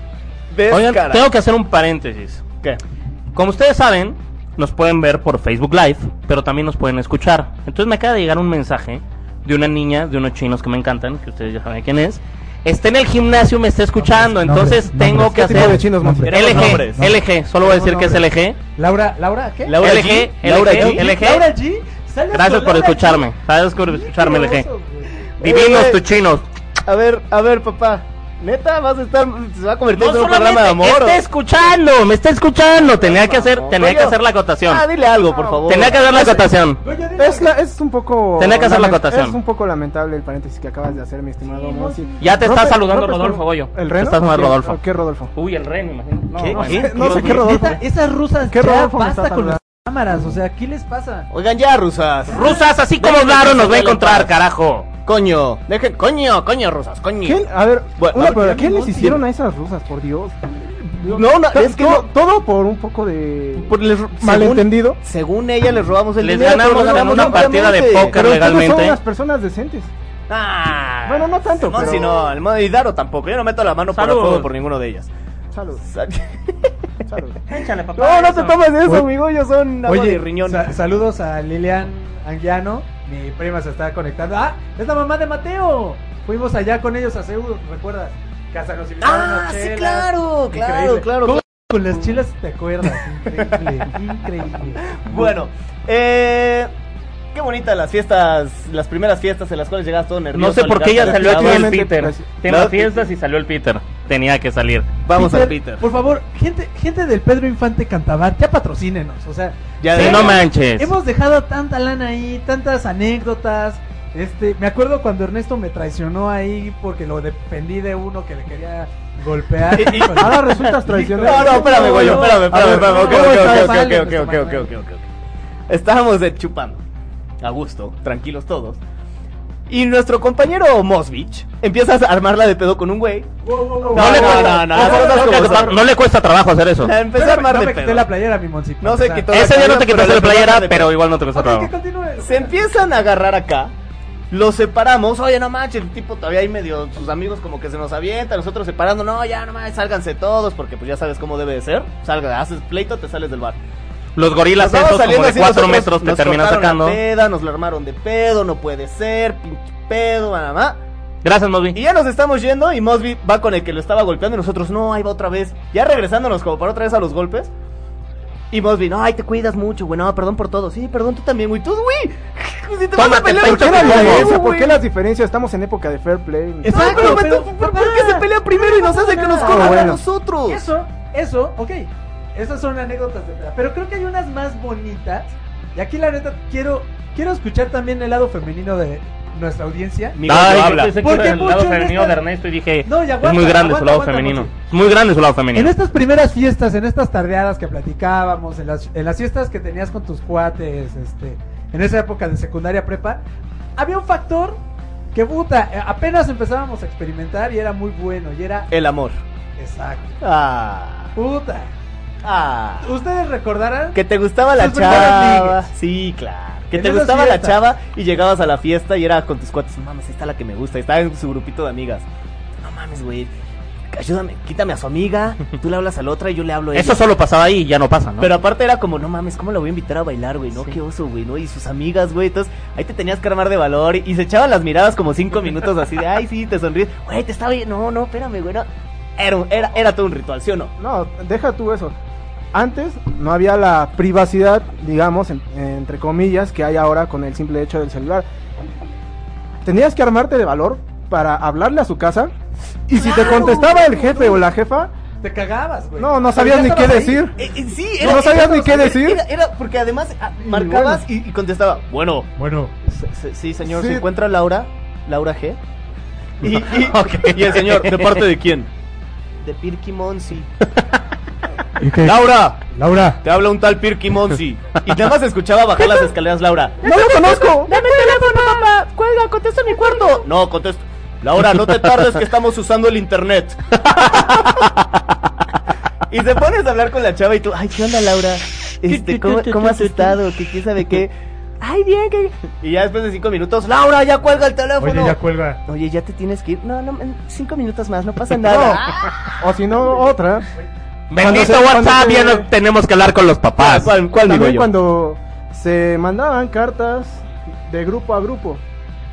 S13: Oigan,
S12: Descarado.
S13: tengo que hacer un paréntesis. ¿Qué? Como ustedes saben, nos pueden ver por Facebook Live, pero también nos pueden escuchar. Entonces me acaba de llegar un mensaje de una niña, de unos chinos que me encantan, que ustedes ya saben quién es. Está en el gimnasio, me está escuchando, entonces
S3: nombres.
S13: tengo que
S3: ¿Qué tipo
S13: hacer
S3: de chinos, Monse?
S13: LG,
S3: Queremos nombres.
S13: LG, solo voy a decir que es LG.
S2: Laura, Laura, ¿qué?
S13: Laura LG, G, Laura LG, G, LG.
S2: Laura G. sales
S13: Gracias
S2: con
S13: por
S2: Laura G.
S13: escucharme, gracias por escucharme LG.
S12: Oye,
S13: Divinos
S12: güey.
S13: tus chinos.
S12: A ver, a ver, papá. Neta, vas a estar. Se va a convertir
S13: No
S12: en un programa de
S13: solamente,
S12: amor.
S13: me
S12: ¿o?
S13: está escuchando, me está escuchando. Tenía que hacer, tenía que
S12: Toño.
S13: hacer la acotación.
S12: Ah, dile algo, por favor.
S13: Tenía que hacer la acotación.
S3: Es, la- es un poco.
S13: Tenía que hacer la
S3: lament-
S13: acotación.
S3: Es un poco lamentable el paréntesis que acabas de hacer, mi estimado Monsi.
S13: Ya te está
S3: Rompes-
S13: saludando
S3: rompes
S13: Rodolfo
S3: con-
S13: Goyo.
S3: ¿El
S13: Te
S3: reno?
S13: está saludando
S3: ¿Quién?
S13: Rodolfo.
S3: ¿Qué Rodolfo?
S13: Uy, el rey, me imagino. No,
S3: ¿Qué?
S13: bueno.
S3: ¿Qué? No sé qué Rodolfo.
S2: Neta, esas rusas
S3: ¿Qué
S2: ya
S3: Rodolfo me
S2: basta
S3: está
S2: con las
S3: saludando?
S2: cámaras, o sea, ¿qué les pasa?
S12: Oigan ya, rusas.
S13: Rusas, así como
S12: Dejen de
S13: hablaron, nos va a
S12: pensar en
S13: encontrar,
S12: la paz.
S13: carajo.
S12: Coño, dejen. Coño, coño, rusas, coño.
S3: ¿Quién? A ver,
S12: Bueno,
S3: una
S12: a ver,
S3: pregunta,
S12: ya
S3: ¿qué
S12: no
S3: les hicieron a esas rusas, por Dios?
S12: No, no,
S3: To-
S12: es que
S3: todo,
S12: no-
S3: todo por un poco de
S12: Por- les-
S3: malentendido.
S12: Según, según ella, les robamos el
S13: Les
S12: dinero.
S13: ganamos
S12: pero
S13: en
S12: ganamos
S13: una partida de
S12: ampliamente.
S13: póker
S3: Pero ustedes son
S13: legalmente.
S3: unas personas decentes.
S12: Ah,
S3: Bueno, no tanto,
S12: Simón,
S3: pero-
S12: sí, no, el modo y Daro tampoco. Yo no meto la mano para
S13: Salud.
S12: fuego por ninguno de ellas.
S3: Salud.
S12: Sa-
S3: Salud.
S13: Échale,
S12: No,
S13: papá.
S12: no te tomes de eso,
S2: Oye.
S12: amigo. Yo son agua de riñón.
S2: sa- saludos a Lilian Anguiano. Mi prima se está conectando. ¡Ah! ¡Es la mamá de Mateo! Fuimos allá con ellos a Seúl, ¿recuerdas? Casa nos invitaron
S12: Ah,
S2: a
S12: sí,
S2: chelas.
S12: claro, claro,
S2: Increíble.
S12: claro,
S2: ¿Cómo
S12: claro.
S2: Con las chelas te acuerdas. Increíble, increíble.
S12: Bueno, eh. Qué bonitas las fiestas, las primeras fiestas en las cuales llegas todo nervioso.
S13: No sé por qué ella
S12: ligando,
S13: salió aquí
S12: clavado.
S13: el Peter. Tema
S12: No,
S13: fiestas y salió el Peter. Tenía que salir.
S12: Vamos a Peter.
S2: Por favor, gente, gente del Pedro Infante Cantabar, ya patrocínenos. O sea,
S13: Ya
S2: hemos-
S13: de- no manches.
S2: Hemos dejado tanta lana ahí, tantas anécdotas. Este, me acuerdo cuando Ernesto me traicionó ahí porque lo defendí de uno que le quería golpear.
S12: Y- y-
S3: Ahora resultas traicionero.
S12: No, no, espérame, güey, espérame, espérame, espérame.
S2: no,
S12: Ok,
S2: no, no,
S12: ok,
S2: no, no,
S12: ok,
S2: no,
S12: ok, ok,
S2: no,
S12: ok,
S2: no,
S12: ok, ok, ok. Estábamos de chupando. A gusto, tranquilos todos. Y nuestro compañero Mosvich empieza a armarla de pedo con un güey.
S13: No,
S12: No,
S13: le
S12: no,
S13: cuesta,
S12: no, no, no, no,
S13: no le
S12: no,
S13: cuesta-
S12: no.
S13: no le cuesta trabajo hacer eso.
S12: La empezó a armar
S2: no
S12: de
S2: me quité
S12: pedo.
S2: la playera, mi Monsi.
S12: No se quitó la
S13: Ese día no
S12: playera, pero
S13: te quitaste la
S12: le empezó a
S13: playera,
S12: armar de
S13: pero
S12: pedo.
S13: igual no te cuesta trabajo.
S12: Se empiezan a agarrar acá. Los separamos, oye, no manches, el tipo todavía ahí medio, sus amigos como que se nos avientan, nosotros separando, no, ya, no manches, sálganse todos, porque pues ya sabes cómo debe de ser. Salga, haces pleito, te sales del bar.
S13: Los
S12: Nos
S13: gorilas
S12: vamos
S13: esos como
S12: saliendo
S13: de
S12: así,
S13: 4
S12: nosotros
S13: metros te
S12: nos
S13: terminan
S12: cortaron
S13: sacando.
S12: la peda, nos la armaron de pedo, no puede ser, pinche pedo, mamá.
S13: Gracias, Mosby.
S12: Y ya nos estamos yendo y Mosby va con el que lo estaba golpeando y nosotros, no, ahí va otra vez. Ya regresándonos como para otra vez a los golpes. Y Mosby, no, ay, te cuidas mucho, güey, no, perdón por todo. Sí, perdón tú también, güey, tú, güey. Si te vas a
S13: Tómate,
S12: pelear,
S13: pecho,
S12: ¿por qué
S13: ¿por
S12: la
S13: qué la
S12: violencia,
S3: Diferencia, ¿Por
S12: güey?
S3: qué las diferencias? Estamos en época de fair play.
S12: No, pero, pero, ¿por por qué se pelea primero y nos hace que nos
S3: Ah,
S12: coman a
S3: bueno.
S12: nosotros?
S2: Eso, eso, ok. Esas son anécdotas de peda, Pero creo que hay unas más bonitas. Y aquí la neta quiero, quiero escuchar también el lado femenino de nuestra audiencia.
S13: Ay, yo pensé que
S2: Porque
S13: era el lado
S2: mucho en
S13: femenino de
S2: estas-
S13: Ernesto y dije,
S2: No, y
S13: es
S2: aguanta,
S13: muy grande su
S2: aguanta,
S13: lado
S2: aguanta,
S13: femenino.
S2: Monse.
S13: Es muy grande su
S2: En
S13: lado
S2: este
S13: femenino.
S2: estas primeras fiestas, en estas tardeadas que platicábamos, en las, en las fiestas que tenías con tus cuates, este, en esa época de secundaria prepa, había un factor que puta, eh, apenas empezábamos a experimentar y era muy bueno, y era
S13: Eh.
S12: El amor.
S2: exacto.
S12: Ah,
S2: Puta.
S12: ah.
S2: Ustedes recordarán
S12: Que te gustaba la
S2: Sus primeras
S12: chava.
S2: ligues.
S12: Sí, claro. Que
S2: En
S12: te
S2: esas
S12: gustaba la
S2: fiestas.
S12: chava y llegabas a la fiesta y era con tus cuates. No mames, esta es la que me gusta. Estaba en su grupito de amigas. No mames, güey. Ayúdame, quítame a su amiga. Tú le hablas a la otra y yo le hablo a ella.
S13: Eso solo pasaba ahí y ya no pasa, ¿no?
S12: Pero aparte era como, no mames, ¿cómo la voy a invitar a bailar, güey? No, qué oso, güey, ¿no? Y sus amigas, güey. Entonces, ahí te tenías que armar de valor. Y, y se echaban las miradas como cinco minutos así de, ay, sí, te sonríes. Güey, te estaba bien. No, no, espérame, güey. no. Era, un- era, era todo un ritual, ¿sí o no?
S3: No, deja tú eso. Antes no había la privacidad, digamos, en- entre comillas, que hay ahora con el simple hecho del celular. Tenías que armarte de valor para hablarle a su casa y si te
S12: Claro,
S3: contestaba el jefe o la jefa,
S2: te cagabas, güey.
S3: no, no sabías
S2: Pero ya
S3: ni qué
S2: estabas ahí.
S3: decir.
S12: Eh, eh, sí,
S3: No sabías ni qué
S12: era-
S3: decir.
S12: Era, era porque además ah, marcabas y, y contestaba, bueno,
S2: Bueno,
S12: se- se- sí, señor,
S3: Sí.
S12: ¿se encuentra Laura? ¿Laura G? Y, y- y el señor, ¿de parte de quién? De Pirky Monsi. ¡Laura!
S16: Laura.
S12: Te habla un tal Pirky Monsi. Y nada más escuchaba bajar las escaleras, Laura.
S3: No lo conozco.
S12: ¡Dame el teléfono, papá! ¡Cuelga, contesta en mi cuarto! No, contesta. Laura, no te tardes que estamos usando el internet. y se pones a hablar con la chava y tú, ay, ¿qué onda, Laura? Este, ¿cómo, cómo has estado? ¿Qué, ¿Quién sabe qué? Ay, bien, que... Y ya después de cinco minutos, Laura, ya cuelga el teléfono.
S2: Oye, ya cuelga.
S12: Oye, ya te tienes que ir. No, no, en cinco minutos más, no pasa nada.
S5: O si no, otra. Cuando
S13: Bendito
S5: se-
S13: WhatsApp,
S5: cuando se-
S13: ya no tenemos que hablar con los papás.
S12: ¿Cuál, cuál digo
S5: También
S12: yo?
S5: cuando se mandaban cartas de grupo a grupo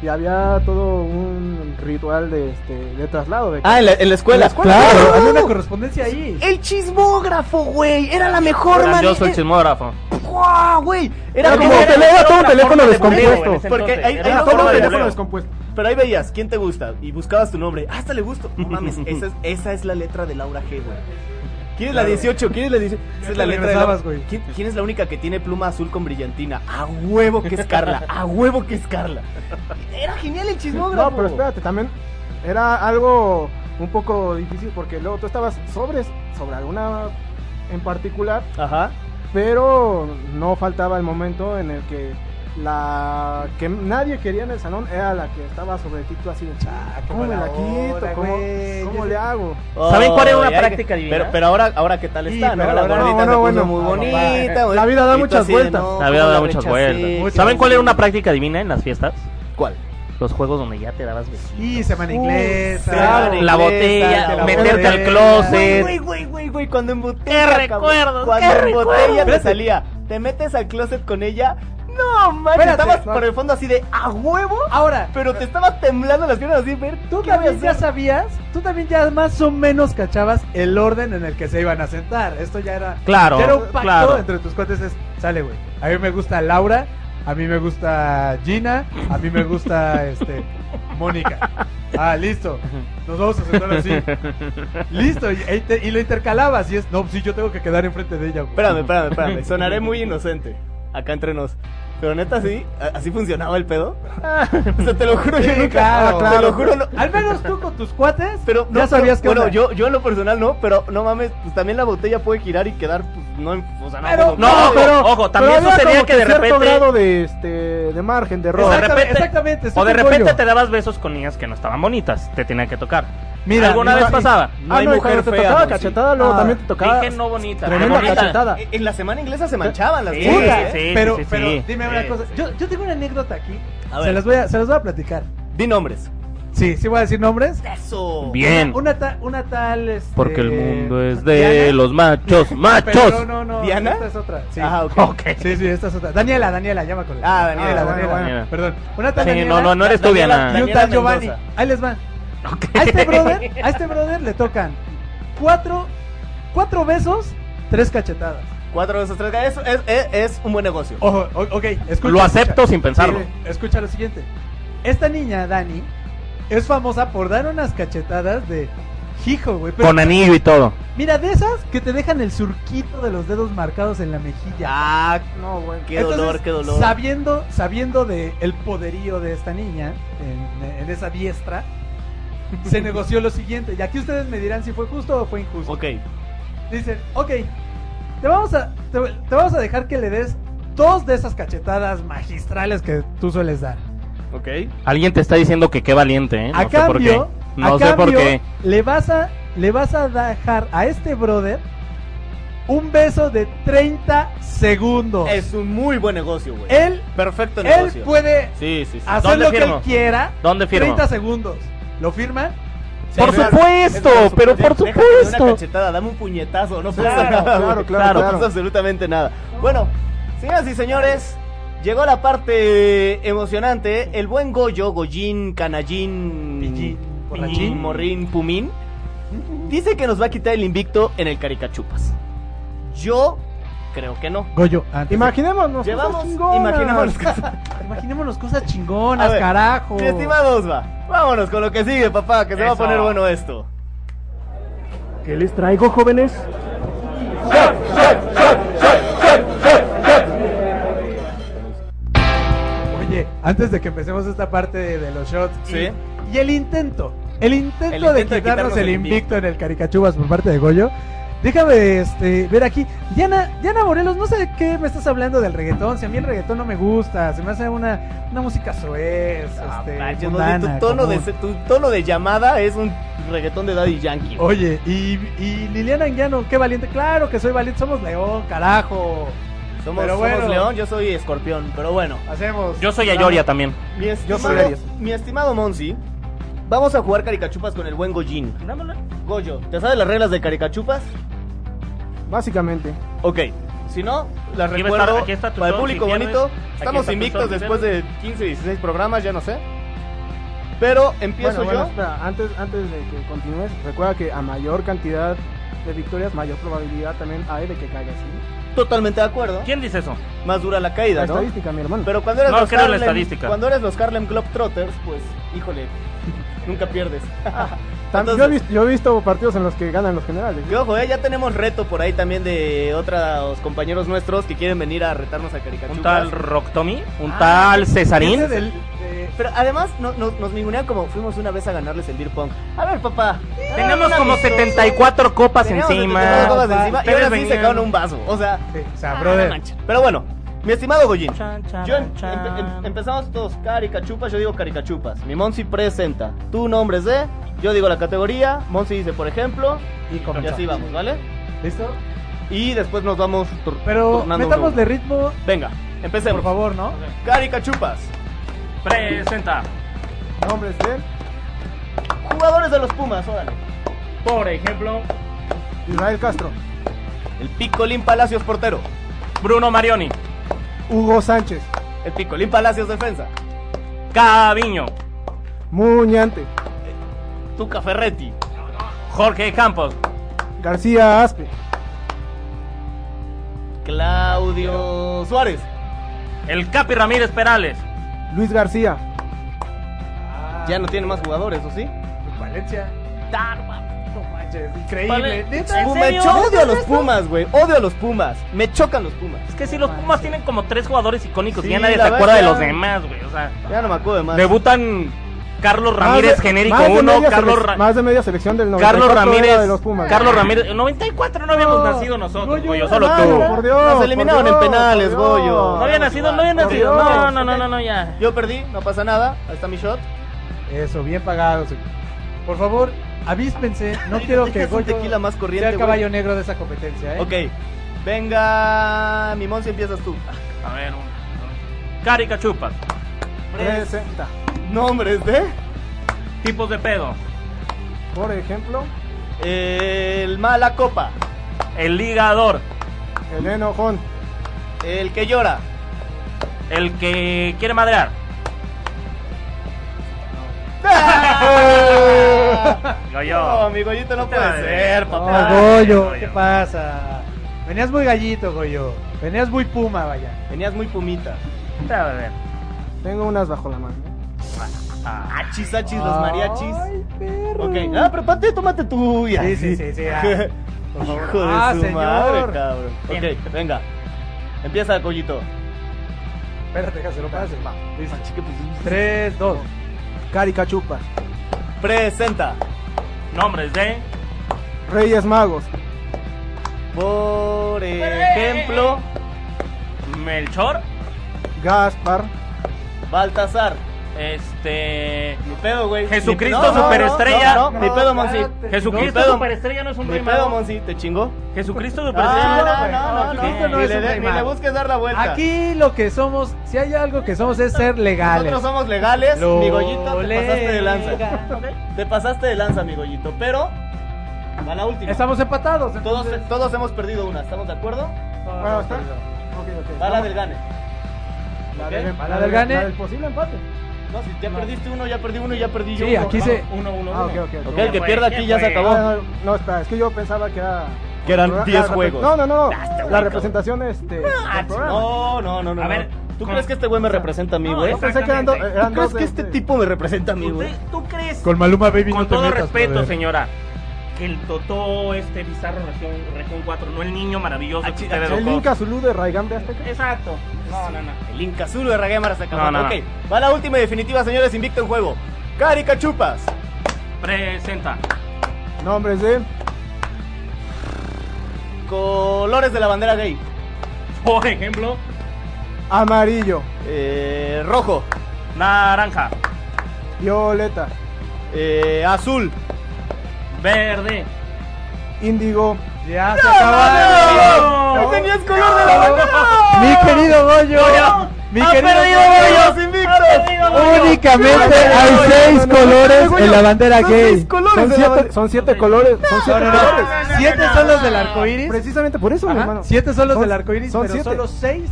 S5: y había todo un ritual de, este, de traslado. De
S12: Ah, en la, en la escuela.
S5: Claro.
S2: Había una correspondencia ahí.
S12: El chismógrafo, güey. Era la mejor
S13: Eran
S12: manera.
S13: Yo soy chismógrafo.
S12: ¡Guau, güey!
S5: Era como un tele- era todo un teléfono descompuesto.
S12: Porque ahí, ahí
S5: Era
S12: no
S5: todo
S12: solo
S5: un
S12: veías-
S5: teléfono descompuesto.
S12: Pero ahí veías quién te gusta y buscabas tu nombre. Ah, Hasta le gusto. No mames, esa es, esa es la letra de Laura G, güey. ¿Quién es la
S5: Claro.
S12: 18? ¿Quién es la 18? Esa
S5: Ya
S12: es la letra
S5: te
S12: de
S5: regresabas,
S12: Laura. ¿Quién, quién es la única que tiene pluma azul con brillantina? A huevo que es Carla. A huevo que es Carla. Era genial el chismógrafo.
S5: No, pero espérate, también era algo un poco difícil porque luego tú estabas sobre, sobre alguna en particular.
S12: Ajá.
S5: Pero no faltaba el momento en el que la que nadie quería en el salón era la que estaba sobre ti tú así de "Ah, ¿Cómo me la
S12: Ah, mala
S5: quito?
S12: onda,
S5: ¿Cómo,
S12: güey,
S5: cómo
S12: ya
S5: le
S12: sé.
S5: hago?
S13: ¿Saben cuál era una
S12: Ay, ay,
S13: práctica
S12: que-
S13: divina?
S12: Pero, pero ahora, ahora qué tal
S5: Sí,
S12: está, ¿no?
S5: pero
S12: La
S5: ahora-
S12: gordita
S5: no,
S12: se
S5: no,
S12: puso
S5: bueno.
S12: muy
S5: No,
S12: bonita.
S5: papá.
S12: güey.
S5: La vida da
S12: Y tú
S5: muchas
S12: así de,
S5: vueltas.
S12: no,
S13: La verdad
S12: ¿cómo
S13: da
S12: la
S13: muchas
S12: rechacé?
S13: vueltas.
S12: ¿Cómo
S13: ¿Saben
S12: la
S13: cuál era una
S12: rechacé?
S13: práctica divina en las fiestas?
S12: ¿Cuál?
S13: Los juegos donde ya te dabas besitos.
S2: Y semana inglesa.
S12: claro.
S13: La
S12: Te
S13: botella,
S12: la
S13: meterte
S12: botella.
S13: al closet.
S12: Güey, güey, güey, güey, cuando en botella.
S13: ¡Qué
S12: cabrón,
S13: recuerdos,
S12: Cuando
S13: qué
S12: en botella te
S13: recuerdos!
S12: salía, te metes al closet con ella. No, man,
S2: Espérate,
S12: estabas
S2: no.
S12: por el fondo así de a huevo.
S2: Ahora.
S12: Pero te estabas temblando las piernas así, ver.
S2: Tú
S12: ¿qué voy a
S2: también ya
S12: hacer?
S2: sabías, tú también ya más o menos cachabas el orden en el que se iban a sentar. Esto ya era,
S13: Claro,
S2: ya era un pacto
S13: claro.
S2: entre tus cuates. Es, sale, güey. A mí me gusta Laura, a mí me gusta Gina, a mí me gusta este Mónica. Ah, listo. Nos vamos a sentar así. Listo. Y, ahí te- y lo intercalabas. Y es, no, sí, yo tengo que quedar enfrente de ella. güey.
S12: Espérame, espérame, espérame. Sonaré muy inocente. Acá entre nos. Pero neta, sí, a- así funcionaba el pedo. o sea, te lo juro, yo
S2: Ah, Sí,
S12: nunca.
S2: claro,
S12: Te
S2: claro.
S12: lo juro, no.
S2: Al menos tú con tus cuates
S12: Pero
S2: ya
S12: no,
S2: sabías que
S12: pero- Bueno, yo, yo en lo personal no, pero no mames, pues también la botella puede girar y quedar, pues no. en- O sea, no.
S2: Pero-
S12: pues,
S13: No, ojo, ojo, también
S5: había
S13: sucedía
S5: como
S13: que de
S5: cierto
S13: repente-
S5: grado de, este, de margen, de error.
S13: O de
S2: Exactamente,
S13: repente,
S2: exactamente, estoy
S13: o de
S2: con
S13: repente
S2: Goyo.
S13: te dabas besos con niñas que no estaban bonitas. Te tenían que tocar.
S2: Mira,
S13: ¿Alguna
S2: no,
S13: vez pasaba?
S12: no
S5: Ah,
S12: hay
S5: no, y
S12: mujer
S5: cuando te
S12: fea,
S5: tocaba
S12: Monsi.
S5: cachetada, luego
S12: Ah,
S5: también te tocaba
S13: Dije no bonita.
S5: tremenda
S13: bonita.
S5: cachetada.
S12: En- En la semana inglesa se manchaban las
S13: Sí,
S12: cosas, ¿eh?
S13: sí,
S2: pero,
S13: sí, sí,
S2: pero
S13: sí.
S2: dime una
S13: Sí,
S2: cosa.
S13: sí.
S2: Yo, yo tengo una anécdota aquí.
S12: A ver.
S2: Se las, voy a, se las voy a platicar.
S12: Di nombres.
S2: Sí, sí voy a decir nombres.
S12: Eso.
S13: Bien.
S2: Una, ta- una tal. este,
S13: Porque el mundo es de
S2: Diana.
S13: los machos, machos.
S2: Pero no, no, no.
S12: ¿Diana?
S2: Esta es otra. Sí.
S12: Ah, ok.
S13: Ok.
S2: Sí, sí, esta es otra. Daniela, Daniela, llama con
S12: Ah, Daniela,
S2: Daniela,
S12: bueno,
S13: bueno.
S2: Perdón. Una tal
S13: Sí,
S2: Daniela.
S13: no, no, no eres tú,
S12: Daniela-
S13: Diana.
S2: Y un
S12: Daniela
S2: tal Giovanni.
S12: Mendoza.
S2: Ahí les va. A
S13: Ok.
S2: este brother, a este brother le tocan cuatro, cuatro besos, tres cachetadas.
S12: Cuatro de esos tres. Eso es, es, es un buen negocio.
S2: Ojo, o- ok, escucha.
S13: Lo acepto
S2: escucha.
S13: sin pensarlo.
S2: Sí, escucha lo siguiente. Esta niña, Dani, es famosa por dar unas cachetadas de hijo, güey. pero-
S13: Con anillo y todo.
S2: Mira, de esas que te dejan el surquito de los dedos marcados en la mejilla.
S12: Ah,
S5: No, bueno.
S12: qué
S2: Entonces,
S12: dolor, qué dolor.
S2: Sabiendo, sabiendo de el poderío de esta niña en, en esa diestra, se negoció lo siguiente. Y aquí ustedes me dirán si fue justo o fue injusto.
S12: Ok.
S2: Dicen, ok, te vamos, a, te, te vamos a dejar que le des dos de esas cachetadas magistrales que tú sueles dar.
S12: Ok.
S13: Alguien te está diciendo que qué valiente, ¿eh? No
S2: a
S13: sé por
S2: cambio,
S13: qué. No
S2: a
S13: sé por
S2: cambio,
S13: qué.
S2: Le vas, a, le vas a dejar a este brother un beso de 30 segundos.
S12: Es un muy buen negocio, güey.
S2: Él,
S12: Perfecto
S2: él
S12: negocio.
S2: puede
S13: Sí, sí, sí.
S2: hacer
S13: ¿Dónde
S2: lo que
S13: firmo?
S2: él quiera.
S13: ¿Dónde firmo?
S2: 30 segundos. ¿Lo firma?
S13: Por
S12: Señor,
S13: supuesto,
S12: es
S13: pero por
S12: Déjame de Una
S13: supuesto.
S12: cachetada, dame un puñetazo, no pasa
S5: Claro,
S12: nada.
S5: claro,
S12: güey.
S5: claro,
S12: No
S5: claro.
S12: pasa absolutamente nada. Bueno, señoras y señores, llegó la parte emocionante. El buen Goyo, Goyín, Canallín,
S2: Pillín,
S12: Porrachín,
S2: Porrachín.
S12: Morrín, Pumín, dice que nos va a quitar el invicto en el Caricachupas. Yo creo que no.
S2: Goyo, antes.
S5: Imaginémonos.
S12: Llevamos,
S5: cosas chingonas.
S12: imaginémonos que-
S2: Imaginémonos cosas
S12: A
S2: chingonas,
S12: ver,
S2: carajo.
S12: Mi estimado va. vámonos con lo que sigue, papá, que se va a
S13: Eso.
S12: poner bueno esto.
S17: ¿Qué les traigo, jóvenes?
S2: Oye, antes de que empecemos esta parte de, de los shots. y-
S12: Sí.
S2: Y, el intento. El intento,
S12: El intento
S2: de quitarnos el invicto en el Caricachubas por parte de Goyo. Déjame este, ver aquí. Diana, Diana Morelos, no sé de qué me estás hablando del reggaetón. Si a mí el reggaetón no me gusta, se me hace una, una música soez.
S12: Ah,
S2: este,
S12: manches, no,
S2: mundana,
S12: tu, tono de,
S2: común.
S12: tu tono de llamada es un reggaetón de Daddy Yankee. güey.
S2: Oye, y, y Liliana Anguiano, qué valiente. Claro que soy valiente, somos león, carajo.
S12: somos,
S2: pero
S12: somos
S2: bueno.
S12: León, yo soy Escorpión, pero bueno.
S2: Hacemos.
S13: Yo soy Ayoria también.
S12: Mi
S2: Yo soy
S12: estimado,
S2: Aries.
S12: mi estimado Monsi, vamos a jugar caricachupas con el buen Goyin. Goyo, ¿te sabes las reglas de caricachupas?
S18: Básicamente.
S12: Ok, si no, las
S18: Aquí va a
S12: recuerdo
S18: estar- aquí está tu
S12: para el
S18: son,
S12: público
S18: si pierdes,
S12: bonito.
S18: aquí
S12: Estamos
S18: está tu
S12: invictos
S18: son, si
S12: después de
S18: pierdes.
S12: 15, 16 programas, ya no sé. Pero empiezo
S18: Bueno, bueno,
S12: yo.
S18: espera, antes, antes de que continúes, recuerda que a mayor cantidad de victorias, mayor probabilidad también hay de que caigas. ¿sí?
S12: Totalmente de acuerdo.
S13: ¿Quién dice eso?
S12: Más dura la caída,
S18: La
S12: ¿no?
S18: estadística, mi hermano.
S12: Pero cuando eres
S13: No,
S12: los
S13: creo en la
S12: Harlem-
S13: estadística.
S12: Cuando eres los Harlem Globetrotters, pues, híjole, nunca pierdes.
S18: Tam- yo, he visto, yo he visto partidos en los que ganan los generales. ¿sí?
S12: Que ojo, eh, ya tenemos reto por ahí también de otros compañeros nuestros que quieren venir a retarnos a caricachupas.
S13: Un tal Rocktomy, un
S12: Ah,
S13: tal Cesarín.
S12: ese del- Pero además no- no- nos ningunean como fuimos una vez a ganarles el beer pong. A ver, papá.
S13: Tenemos
S12: Ah,
S13: como
S12: amistoso.
S13: 74 copas
S12: Teníamos
S13: encima.
S12: 74 copas encima y
S13: Ustedes
S12: ahora sí se
S13: venían-
S12: quedaron un vaso. O sea, ah, no manches. pero bueno, mi estimado Goyin. Yo em- empe- em- empezamos todos caricachupas, yo digo caricachupas. Mi Monsi presenta. Tú nombres de, yo digo la categoría, Monsi dice por ejemplo.
S2: Y,
S12: y así vamos, ¿vale?
S2: ¿Listo?
S12: Y después nos vamos tur-
S2: Pero
S12: turnando uno a
S2: metámosle
S12: uno.
S2: ritmo,
S12: Venga, empecemos.
S2: por favor, ¿no?
S12: Caricachupas.
S13: Presenta.
S18: Nombres de
S12: Jugadores de los Pumas, órale.
S13: Por ejemplo,
S18: Israel Castro,
S12: El Picolín Palacios portero.
S13: Bruno Marioni,
S18: Hugo Sánchez,
S12: El Picolín Palacios defensa.
S13: Caviño,
S18: Muñante,
S12: Tuca Ferretti.
S13: Jorge Campos,
S18: García Aspe,
S12: Claudio Suárez.
S13: el Capi Ramírez Perales,
S18: Luis García,
S12: Ya no tiene más jugadores, ¿o sí?
S2: Valencia. No manches, increíble.
S12: Vale.
S2: Neta,
S12: Pu-
S2: ¿en
S12: Me
S2: serio?
S12: cho-
S2: ¿Neta
S12: odio a los
S2: es esto?
S12: Pumas, güey. Odio a los Pumas. Me chocan los Pumas.
S13: Es que si los Pumas tienen como tres jugadores icónicos
S12: Sí,
S13: y ya nadie se
S12: la
S13: acuerda de
S12: verdad.
S13: los demás, güey. O sea,
S12: Ya no me acuerdo de más.
S13: debutan Carlos Ramírez
S18: Más de-
S13: genérico
S18: más de
S13: 1,
S18: media
S13: Carlos,
S18: selec-
S13: Ra-
S18: Más de media selección del 94
S13: Carlos
S18: era
S13: Ramírez,
S18: de los Pumas.
S13: Carlos Ramírez, 94 no habíamos nacido nosotros, güey, yo solo tú.
S18: Por Dios,
S12: Nos
S18: por
S12: eliminaron
S18: Dios,
S12: en penales,
S18: por Dios.
S12: Goyo.
S13: No había nacido, no había
S12: Por
S13: nacido.
S12: Dios.
S13: No, no, no, no, no, ya.
S12: Yo perdí, no pasa nada. Ahí está mi shot.
S2: Eso, bien pagado. sí. Por favor, avíspense. No quiero que
S12: Es un
S2: Goyo
S12: tequila más
S2: sea
S12: corriente,
S2: el
S12: güey.
S2: caballo negro de esa competencia, ¿eh?
S12: Ok. Venga, mi Monsi, empiezas tú.
S13: A ver, Carica chupas,
S18: Presenta.
S12: Nombres de...
S13: tipos de pedo,
S18: Por ejemplo,
S12: eh, El mala copa.
S13: el ligador,
S18: el enojón,
S12: El que llora.
S13: el que quiere madrear. Yo,
S12: No,
S13: yo.
S12: mi Goyito no
S13: Te
S12: puede
S13: madre.
S12: ser, papá.
S2: Ah, Goyo, ¿qué pasa? Venías muy gallito, Goyo. Venías muy puma, vaya.
S12: Venías muy pumita.
S13: A ver.
S18: tengo unas bajo la mano.
S13: Ah,
S12: Achis, achis, los mariachis.
S2: Ay, perro.
S12: Ok, ah, pero Pate, tómate tuya.
S2: Sí, sí, sí, sí. ah. Por favor.
S12: Hijo de
S2: Ah,
S12: su
S2: señor.
S12: madre, cabrón. Ok, venga. Empieza, Collito.
S2: Espérate, déjase, lo pase. Listo.
S12: Chique, pues,
S2: 3, 2.
S18: Caricachupas,
S12: Presenta.
S13: Nombres de
S18: Reyes Magos,
S12: Por ejemplo,
S13: Melchor,
S18: Gaspar,
S12: Baltasar.
S13: este.
S12: Mi pedo, güey.
S13: Jesucristo
S12: Mi- no, no,
S13: superestrella.
S12: No, no, mi pedo, Monsi.
S2: espérate.
S12: Mi
S13: Jesucristo
S12: pedo.
S13: superestrella no es un
S12: Mi
S13: rey
S12: pedo,
S13: mago.
S12: Monsi, te chingo.
S13: Jesucristo
S12: Ah,
S13: superestrella.
S12: no, no, no, no,
S2: Jesucristo no
S12: ni,
S2: es
S12: le
S2: un
S12: de-
S2: rey
S12: ni
S2: mago.
S12: le busques dar la vuelta.
S2: Aquí lo que somos, si hay algo que somos es ser legales.
S12: Nosotros somos legales,
S2: Lo
S12: mi Goyito, te pasaste de
S2: legal.
S12: lanza. Te pasaste de lanza, mi Goyito, pero va la última.
S2: Estamos empatados.
S12: Todos,
S2: entonces-
S12: todos hemos perdido una, ¿estamos de acuerdo?
S2: Todos
S18: Bueno,
S2: hemos
S18: está.
S2: perdido.
S18: Ok, ok.
S12: Va la del gane.
S18: La
S12: ¿ok?
S18: del-
S2: ¿La
S18: la
S2: del
S18: del
S2: gane?
S18: la del posible empate.
S12: No, si ya perdiste uno, ya perdí uno y ya perdí yo.
S2: Sí,
S12: uno.
S2: aquí se.
S13: Uno, uno,
S18: Ah,
S13: uno.
S18: ok, ok.
S12: Ok,
S18: ok.
S12: el que pierda aquí ya se acabó.
S18: Ah, no, no, espera, es que yo pensaba que era.
S12: Que eran
S18: la-
S12: 10
S18: la-
S12: juegos.
S18: No, no, no.
S12: Ah, este
S18: La
S12: güey,
S18: representación este.
S2: Ah,
S18: del programa.
S12: No, no, no, no.
S13: A
S12: no.
S13: ver,
S12: ¿tú
S13: con-
S12: crees que este güey me representa a mí, güey?
S18: Yo pensé que eran, do-
S13: Exactamente.
S18: eran
S12: ¿Tú crees
S18: dos
S12: que
S18: de-
S12: este tipo me representa a mí,
S13: ¿Tú,
S12: güey?
S13: tú crees?
S2: Con Maluma Baby
S13: Con
S2: no te
S13: todo
S2: metas,
S13: respeto,
S2: brother.
S13: señora. Que el Totó, este bizarro región, región 4, no el niño maravilloso que usted
S18: El
S13: educó.
S18: Inca Zulu de Raigam de Azteca.
S13: Exacto. No, no, no.
S12: El Inca Zulu de Raguemara se acabó.
S13: No, no, no.
S12: Ok, va la última y definitiva, señores, invicto en juego. Caricachupas.
S13: Presenta.
S18: Nombres de
S12: Colores de la bandera gay.
S19: Por ejemplo,
S20: Amarillo.
S12: Eh, rojo.
S19: Naranja.
S20: Violeta.
S12: Eh, azul.
S19: Verde.
S20: Índigo.
S2: Ya se acabaron.
S12: ¡No! ¡Tenías color de la bandera!
S2: Mi querido Goyo.
S12: Goyo,
S2: Mi
S12: ¡Ha
S2: querido
S12: perdido
S2: Goyo.
S12: Goyo, invictos!
S2: Únicamente
S12: Goyo,
S2: hay
S12: Goyo,
S2: seis
S12: no, no,
S2: colores
S12: no, no,
S2: en la bandera
S12: son
S2: gay.
S12: seis colores
S20: Son
S12: de la
S20: siete,
S12: bandera.
S20: son siete colores. Son siete
S2: no, no,
S20: colores.
S2: no, no, Siete no, son no, los no. del arco iris.
S20: Precisamente por eso, mi
S2: Ajá,
S20: hermano.
S2: Siete son los
S20: Son-
S2: del arco iris,
S20: son
S2: pero
S20: siete.
S2: solo seis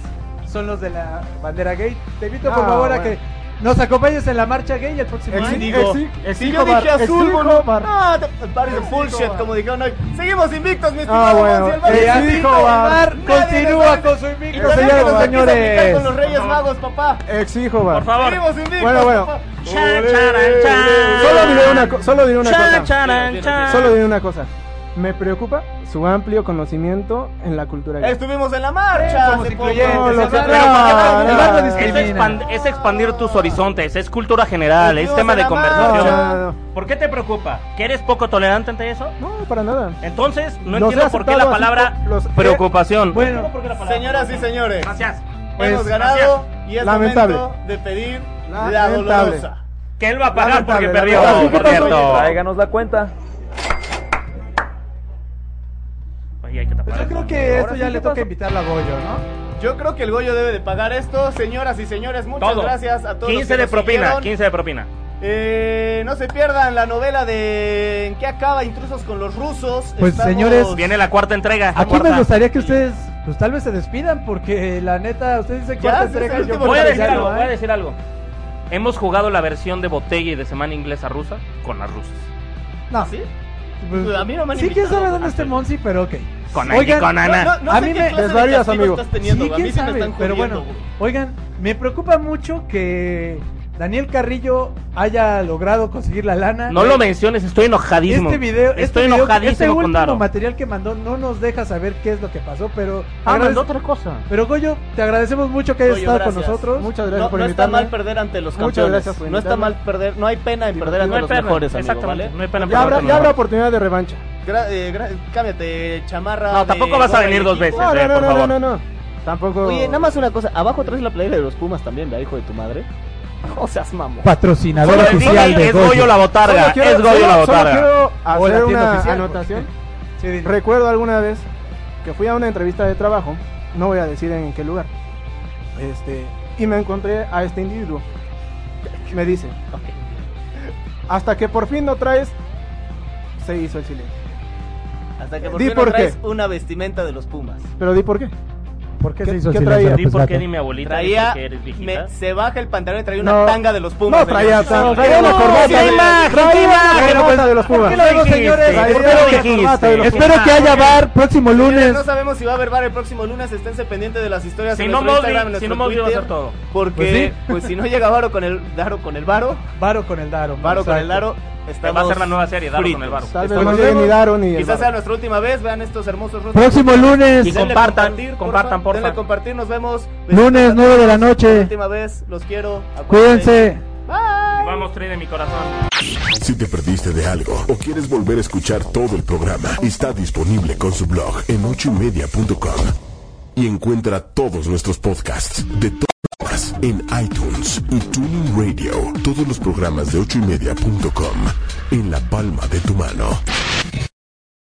S2: son los de la bandera gay. Te invito por
S20: Ah,
S2: favor a
S20: bueno.
S2: que nos acompañes en la marcha gay el próximo año.
S12: Si yo dije azul,
S20: exijo
S12: mono.
S20: bar.
S12: Ah, te- that is bullshit, como dijeron hoy. Seguimos invictos, mi estimado
S20: Ah, bueno.
S12: Monsi Alvarez.
S20: Eh,
S12: Nadie
S20: exijo
S12: nos
S20: bar.
S12: va a
S2: Continúa
S12: quitar-
S2: con su invicto.
S20: Señoras
S12: Nadie nos va
S20: y
S12: a quitar
S20: señores.
S12: Con los Reyes Magos, papá.
S20: Exijo, bar.
S12: Por favor. Seguimos invictos,
S20: Bueno, bueno.
S12: papá.
S19: Chan, charan, chan.
S20: Solo diré una, co- solo diré una
S12: Chan,
S20: cosa.
S12: charan, chan.
S20: Solo diré una cosa. Me preocupa su amplio conocimiento en la cultura gay.
S12: Estuvimos en la marcha.
S20: somos
S12: hace poco.
S20: incluyentes,
S12: No,
S20: lo
S12: lo
S20: que-
S12: que-
S20: no,
S12: pero-
S20: no,
S12: pero-
S20: no.
S13: Es, expan- es expandir tus horizontes, es cultura general, es
S12: Estuvimos
S13: tema
S12: en
S13: de
S12: la
S13: conversación.
S12: marcha.
S20: No, no,
S13: ¿Por qué te preocupa? ¿Que eres poco tolerante ante eso?
S20: No, para nada.
S13: Entonces, no
S20: Los he
S13: entiendo por qué la
S20: aceptado así
S13: palabra
S20: por- los he-
S13: preocupación.
S2: Bueno,
S12: Señoras y señores,
S13: Gracias.
S12: hemos
S20: Pues,
S12: ganado y es
S20: Lamentable.
S12: momento de pedir la
S20: Lamentable.
S12: dolorosa.
S13: Que él va a pagar porque
S20: Lamentable,
S13: perdió,
S20: lamentable.
S13: por
S20: ¿Qué pasó?
S13: cierto.
S5: Tráiganos la cuenta.
S13: Oye, hay que tapar
S2: Pues Yo
S13: el
S2: creo
S13: fondo.
S2: que esto
S13: Ahora
S2: ya
S13: sí,
S2: le
S13: ¿qué
S2: toca
S13: pasó?
S2: invitarla a Goyo, ¿no?
S12: Yo creo que el Goyo debe de pagar esto, señoras y señores. Muchas
S13: Todo.
S12: gracias a todos.
S13: 15
S12: los que
S13: de
S12: nos
S13: propina,
S12: siguieron.
S13: 15 de propina.
S12: Eh, no se pierdan la novela de ¿En qué acaba Intrusos con los rusos?
S2: Pues, señores,
S13: Viene la cuarta entrega.
S2: Aquí
S13: Cuarta.
S2: me gustaría que ustedes, pues tal vez se despidan, porque la neta, ustedes dicen
S12: Ya,
S2: cuarta
S12: ese es el
S2: entrega. yo
S12: último
S2: creo
S13: Voy a
S2: que
S13: decir
S2: ya no,
S13: algo,
S2: ¿eh?
S13: voy a decir algo. Hemos jugado la versión de botella y de semana inglesa rusa con las rusas.
S2: No,
S12: ¿Ah, ¿Sí?
S2: pues,
S12: A mí no me han
S2: sí, quién
S12: invitado.
S2: sabe dónde esté Monsi, pero ok.
S13: Con Angie,
S2: Oigan,
S13: con Ana.
S12: No, no, no
S2: a
S12: sé
S2: mí
S12: qué
S2: me-
S12: clase
S20: les
S12: de
S20: varios
S12: castigo
S20: amigos.
S12: estás teniendo,
S2: sí,
S12: güey. a
S2: quién
S12: mí sí me
S2: sabe,
S12: están
S2: pero
S12: jodiendo,
S2: bueno. Oigan, me preocupa mucho que Daniel Carrillo haya logrado conseguir la lana.
S13: No lo menciones, estoy enojadísimo.
S2: Ah, eh, Este video,
S13: estoy
S2: este video-
S13: enojadísimo
S2: este
S13: con
S2: último
S13: Daro.
S2: material que mandó no nos deja saber qué es lo que pasó, pero
S13: Ah,
S2: agradec-
S13: mandó otra cosa.
S2: pero Goyo, te agradecemos mucho que hayas
S12: Goyo,
S2: estado con
S12: gracias.
S2: nosotros.
S20: Muchas
S12: No,
S20: gracias por
S12: no está
S20: invitarme.
S12: mal perder ante los
S20: Muchas
S12: campeones.
S20: gracias por
S12: no está mal
S20: invitarme.
S12: perder, no hay pena en perder
S13: No
S12: ante
S13: hay
S12: los
S13: pena,
S12: mejores, amigo,
S13: exactamente,
S12: ¿vale?
S13: no hay pena
S20: Ya habrá,
S13: Perdón,
S20: ya habrá
S13: perdón.
S20: oportunidad de revancha.
S12: Gra- eh, gra- cámbiate chamarra.
S13: No,
S12: de
S13: tampoco vas a
S12: gorra
S13: venir
S12: del
S13: dos
S12: equipo.
S13: veces.
S20: No, no,
S13: eh,
S20: no,
S13: por
S20: no,
S13: favor.
S20: no, no. Tampoco.
S12: Oye, nada más una cosa, abajo traes la playera de los Pumas también, ¿verdad, hijo de tu madre? No seas mamón.
S2: Patrocinador
S13: Solo el
S2: oficial
S13: Didi
S2: de
S13: es Goyo
S2: Goyo.
S13: la botarga.
S20: Solo quiero-
S13: es Goyo
S20: solo-
S13: la
S20: solo
S13: botarga.
S20: quiero
S2: O la
S20: hacer
S2: tienda
S20: una
S2: oficial,
S20: anotación.
S2: Sí, dime.
S20: Recuerdo alguna vez que fui a una entrevista de trabajo, no voy a decir en qué lugar, este, y me encontré a este individuo. Me dice, hasta que por fin no traes, se hizo el silencio.
S12: Hasta que por
S20: Di
S12: fin no
S20: por qué.
S12: traes una vestimenta de los Pumas.
S20: Pero di por qué.
S2: ¿Por qué,
S20: ¿Qué-
S2: se hizo
S20: qué
S2: el
S20: traía?
S2: silencio?
S13: Di por qué
S2: Gato.
S13: ni mi abuelita
S12: Traía,
S13: dice que eres viejita.
S12: me- se baja el pantalón y traía una
S20: No.
S12: tanga de los Pumas.
S20: No, traía,
S12: señor.
S20: tan- traía una
S12: No,
S20: corbata.
S12: sí,
S20: de-
S12: imagen,
S20: traía
S12: sí,
S20: una
S12: imagen,
S20: corbata
S12: pues,
S20: de los
S13: ¿Por
S20: Pumas.
S13: qué lo dijiste?
S12: señores,
S13: ¿Por
S20: traía una
S13: qué lo
S20: corbata de los
S13: dijiste?
S2: Espero que haya bar próximo lunes.
S12: No sabemos si va a haber bar el próximo lunes. Esténse pendientes de las historias.
S13: Si
S12: en
S13: no,
S12: nuestro
S13: Mowgli-
S12: Instagram, en nuestro
S13: si no, Mowgli va a
S12: Twitter,
S13: hacer todo.
S12: Porque, pues, si no llega Varo con el Daro con el Varo,
S2: Varo con el Daro.
S12: Varo con el
S2: exacto.
S12: Daro, estamos
S13: Va a ser la nueva serie, Daro con
S12: fritos.
S13: el Varo.
S20: Tal vez
S12: Estamos
S20: no llegue
S12: nuevos.
S20: ni Daro ni el
S12: Quizás
S20: Varo.
S12: sea nuestra última vez. Vean estos hermosos rostros.
S2: Próximo lunes.
S13: Y
S12: Denle
S13: compartan,
S12: compartir,
S13: compartan, porfa.
S12: Denle compartir, nos vemos.
S2: Lunes, 9 de la noche.
S12: Última vez, los quiero. acuérdense.
S2: Cuídense.
S13: Vamos, tren de mi corazón.
S1: Si te perdiste de algo o quieres volver a escuchar todo el programa, está disponible con su blog en ochoymedia.com y encuentra todos nuestros podcasts de todas horas en iTunes y Tuning Radio. Todos los programas de ochoymedia.com en la palma de tu mano.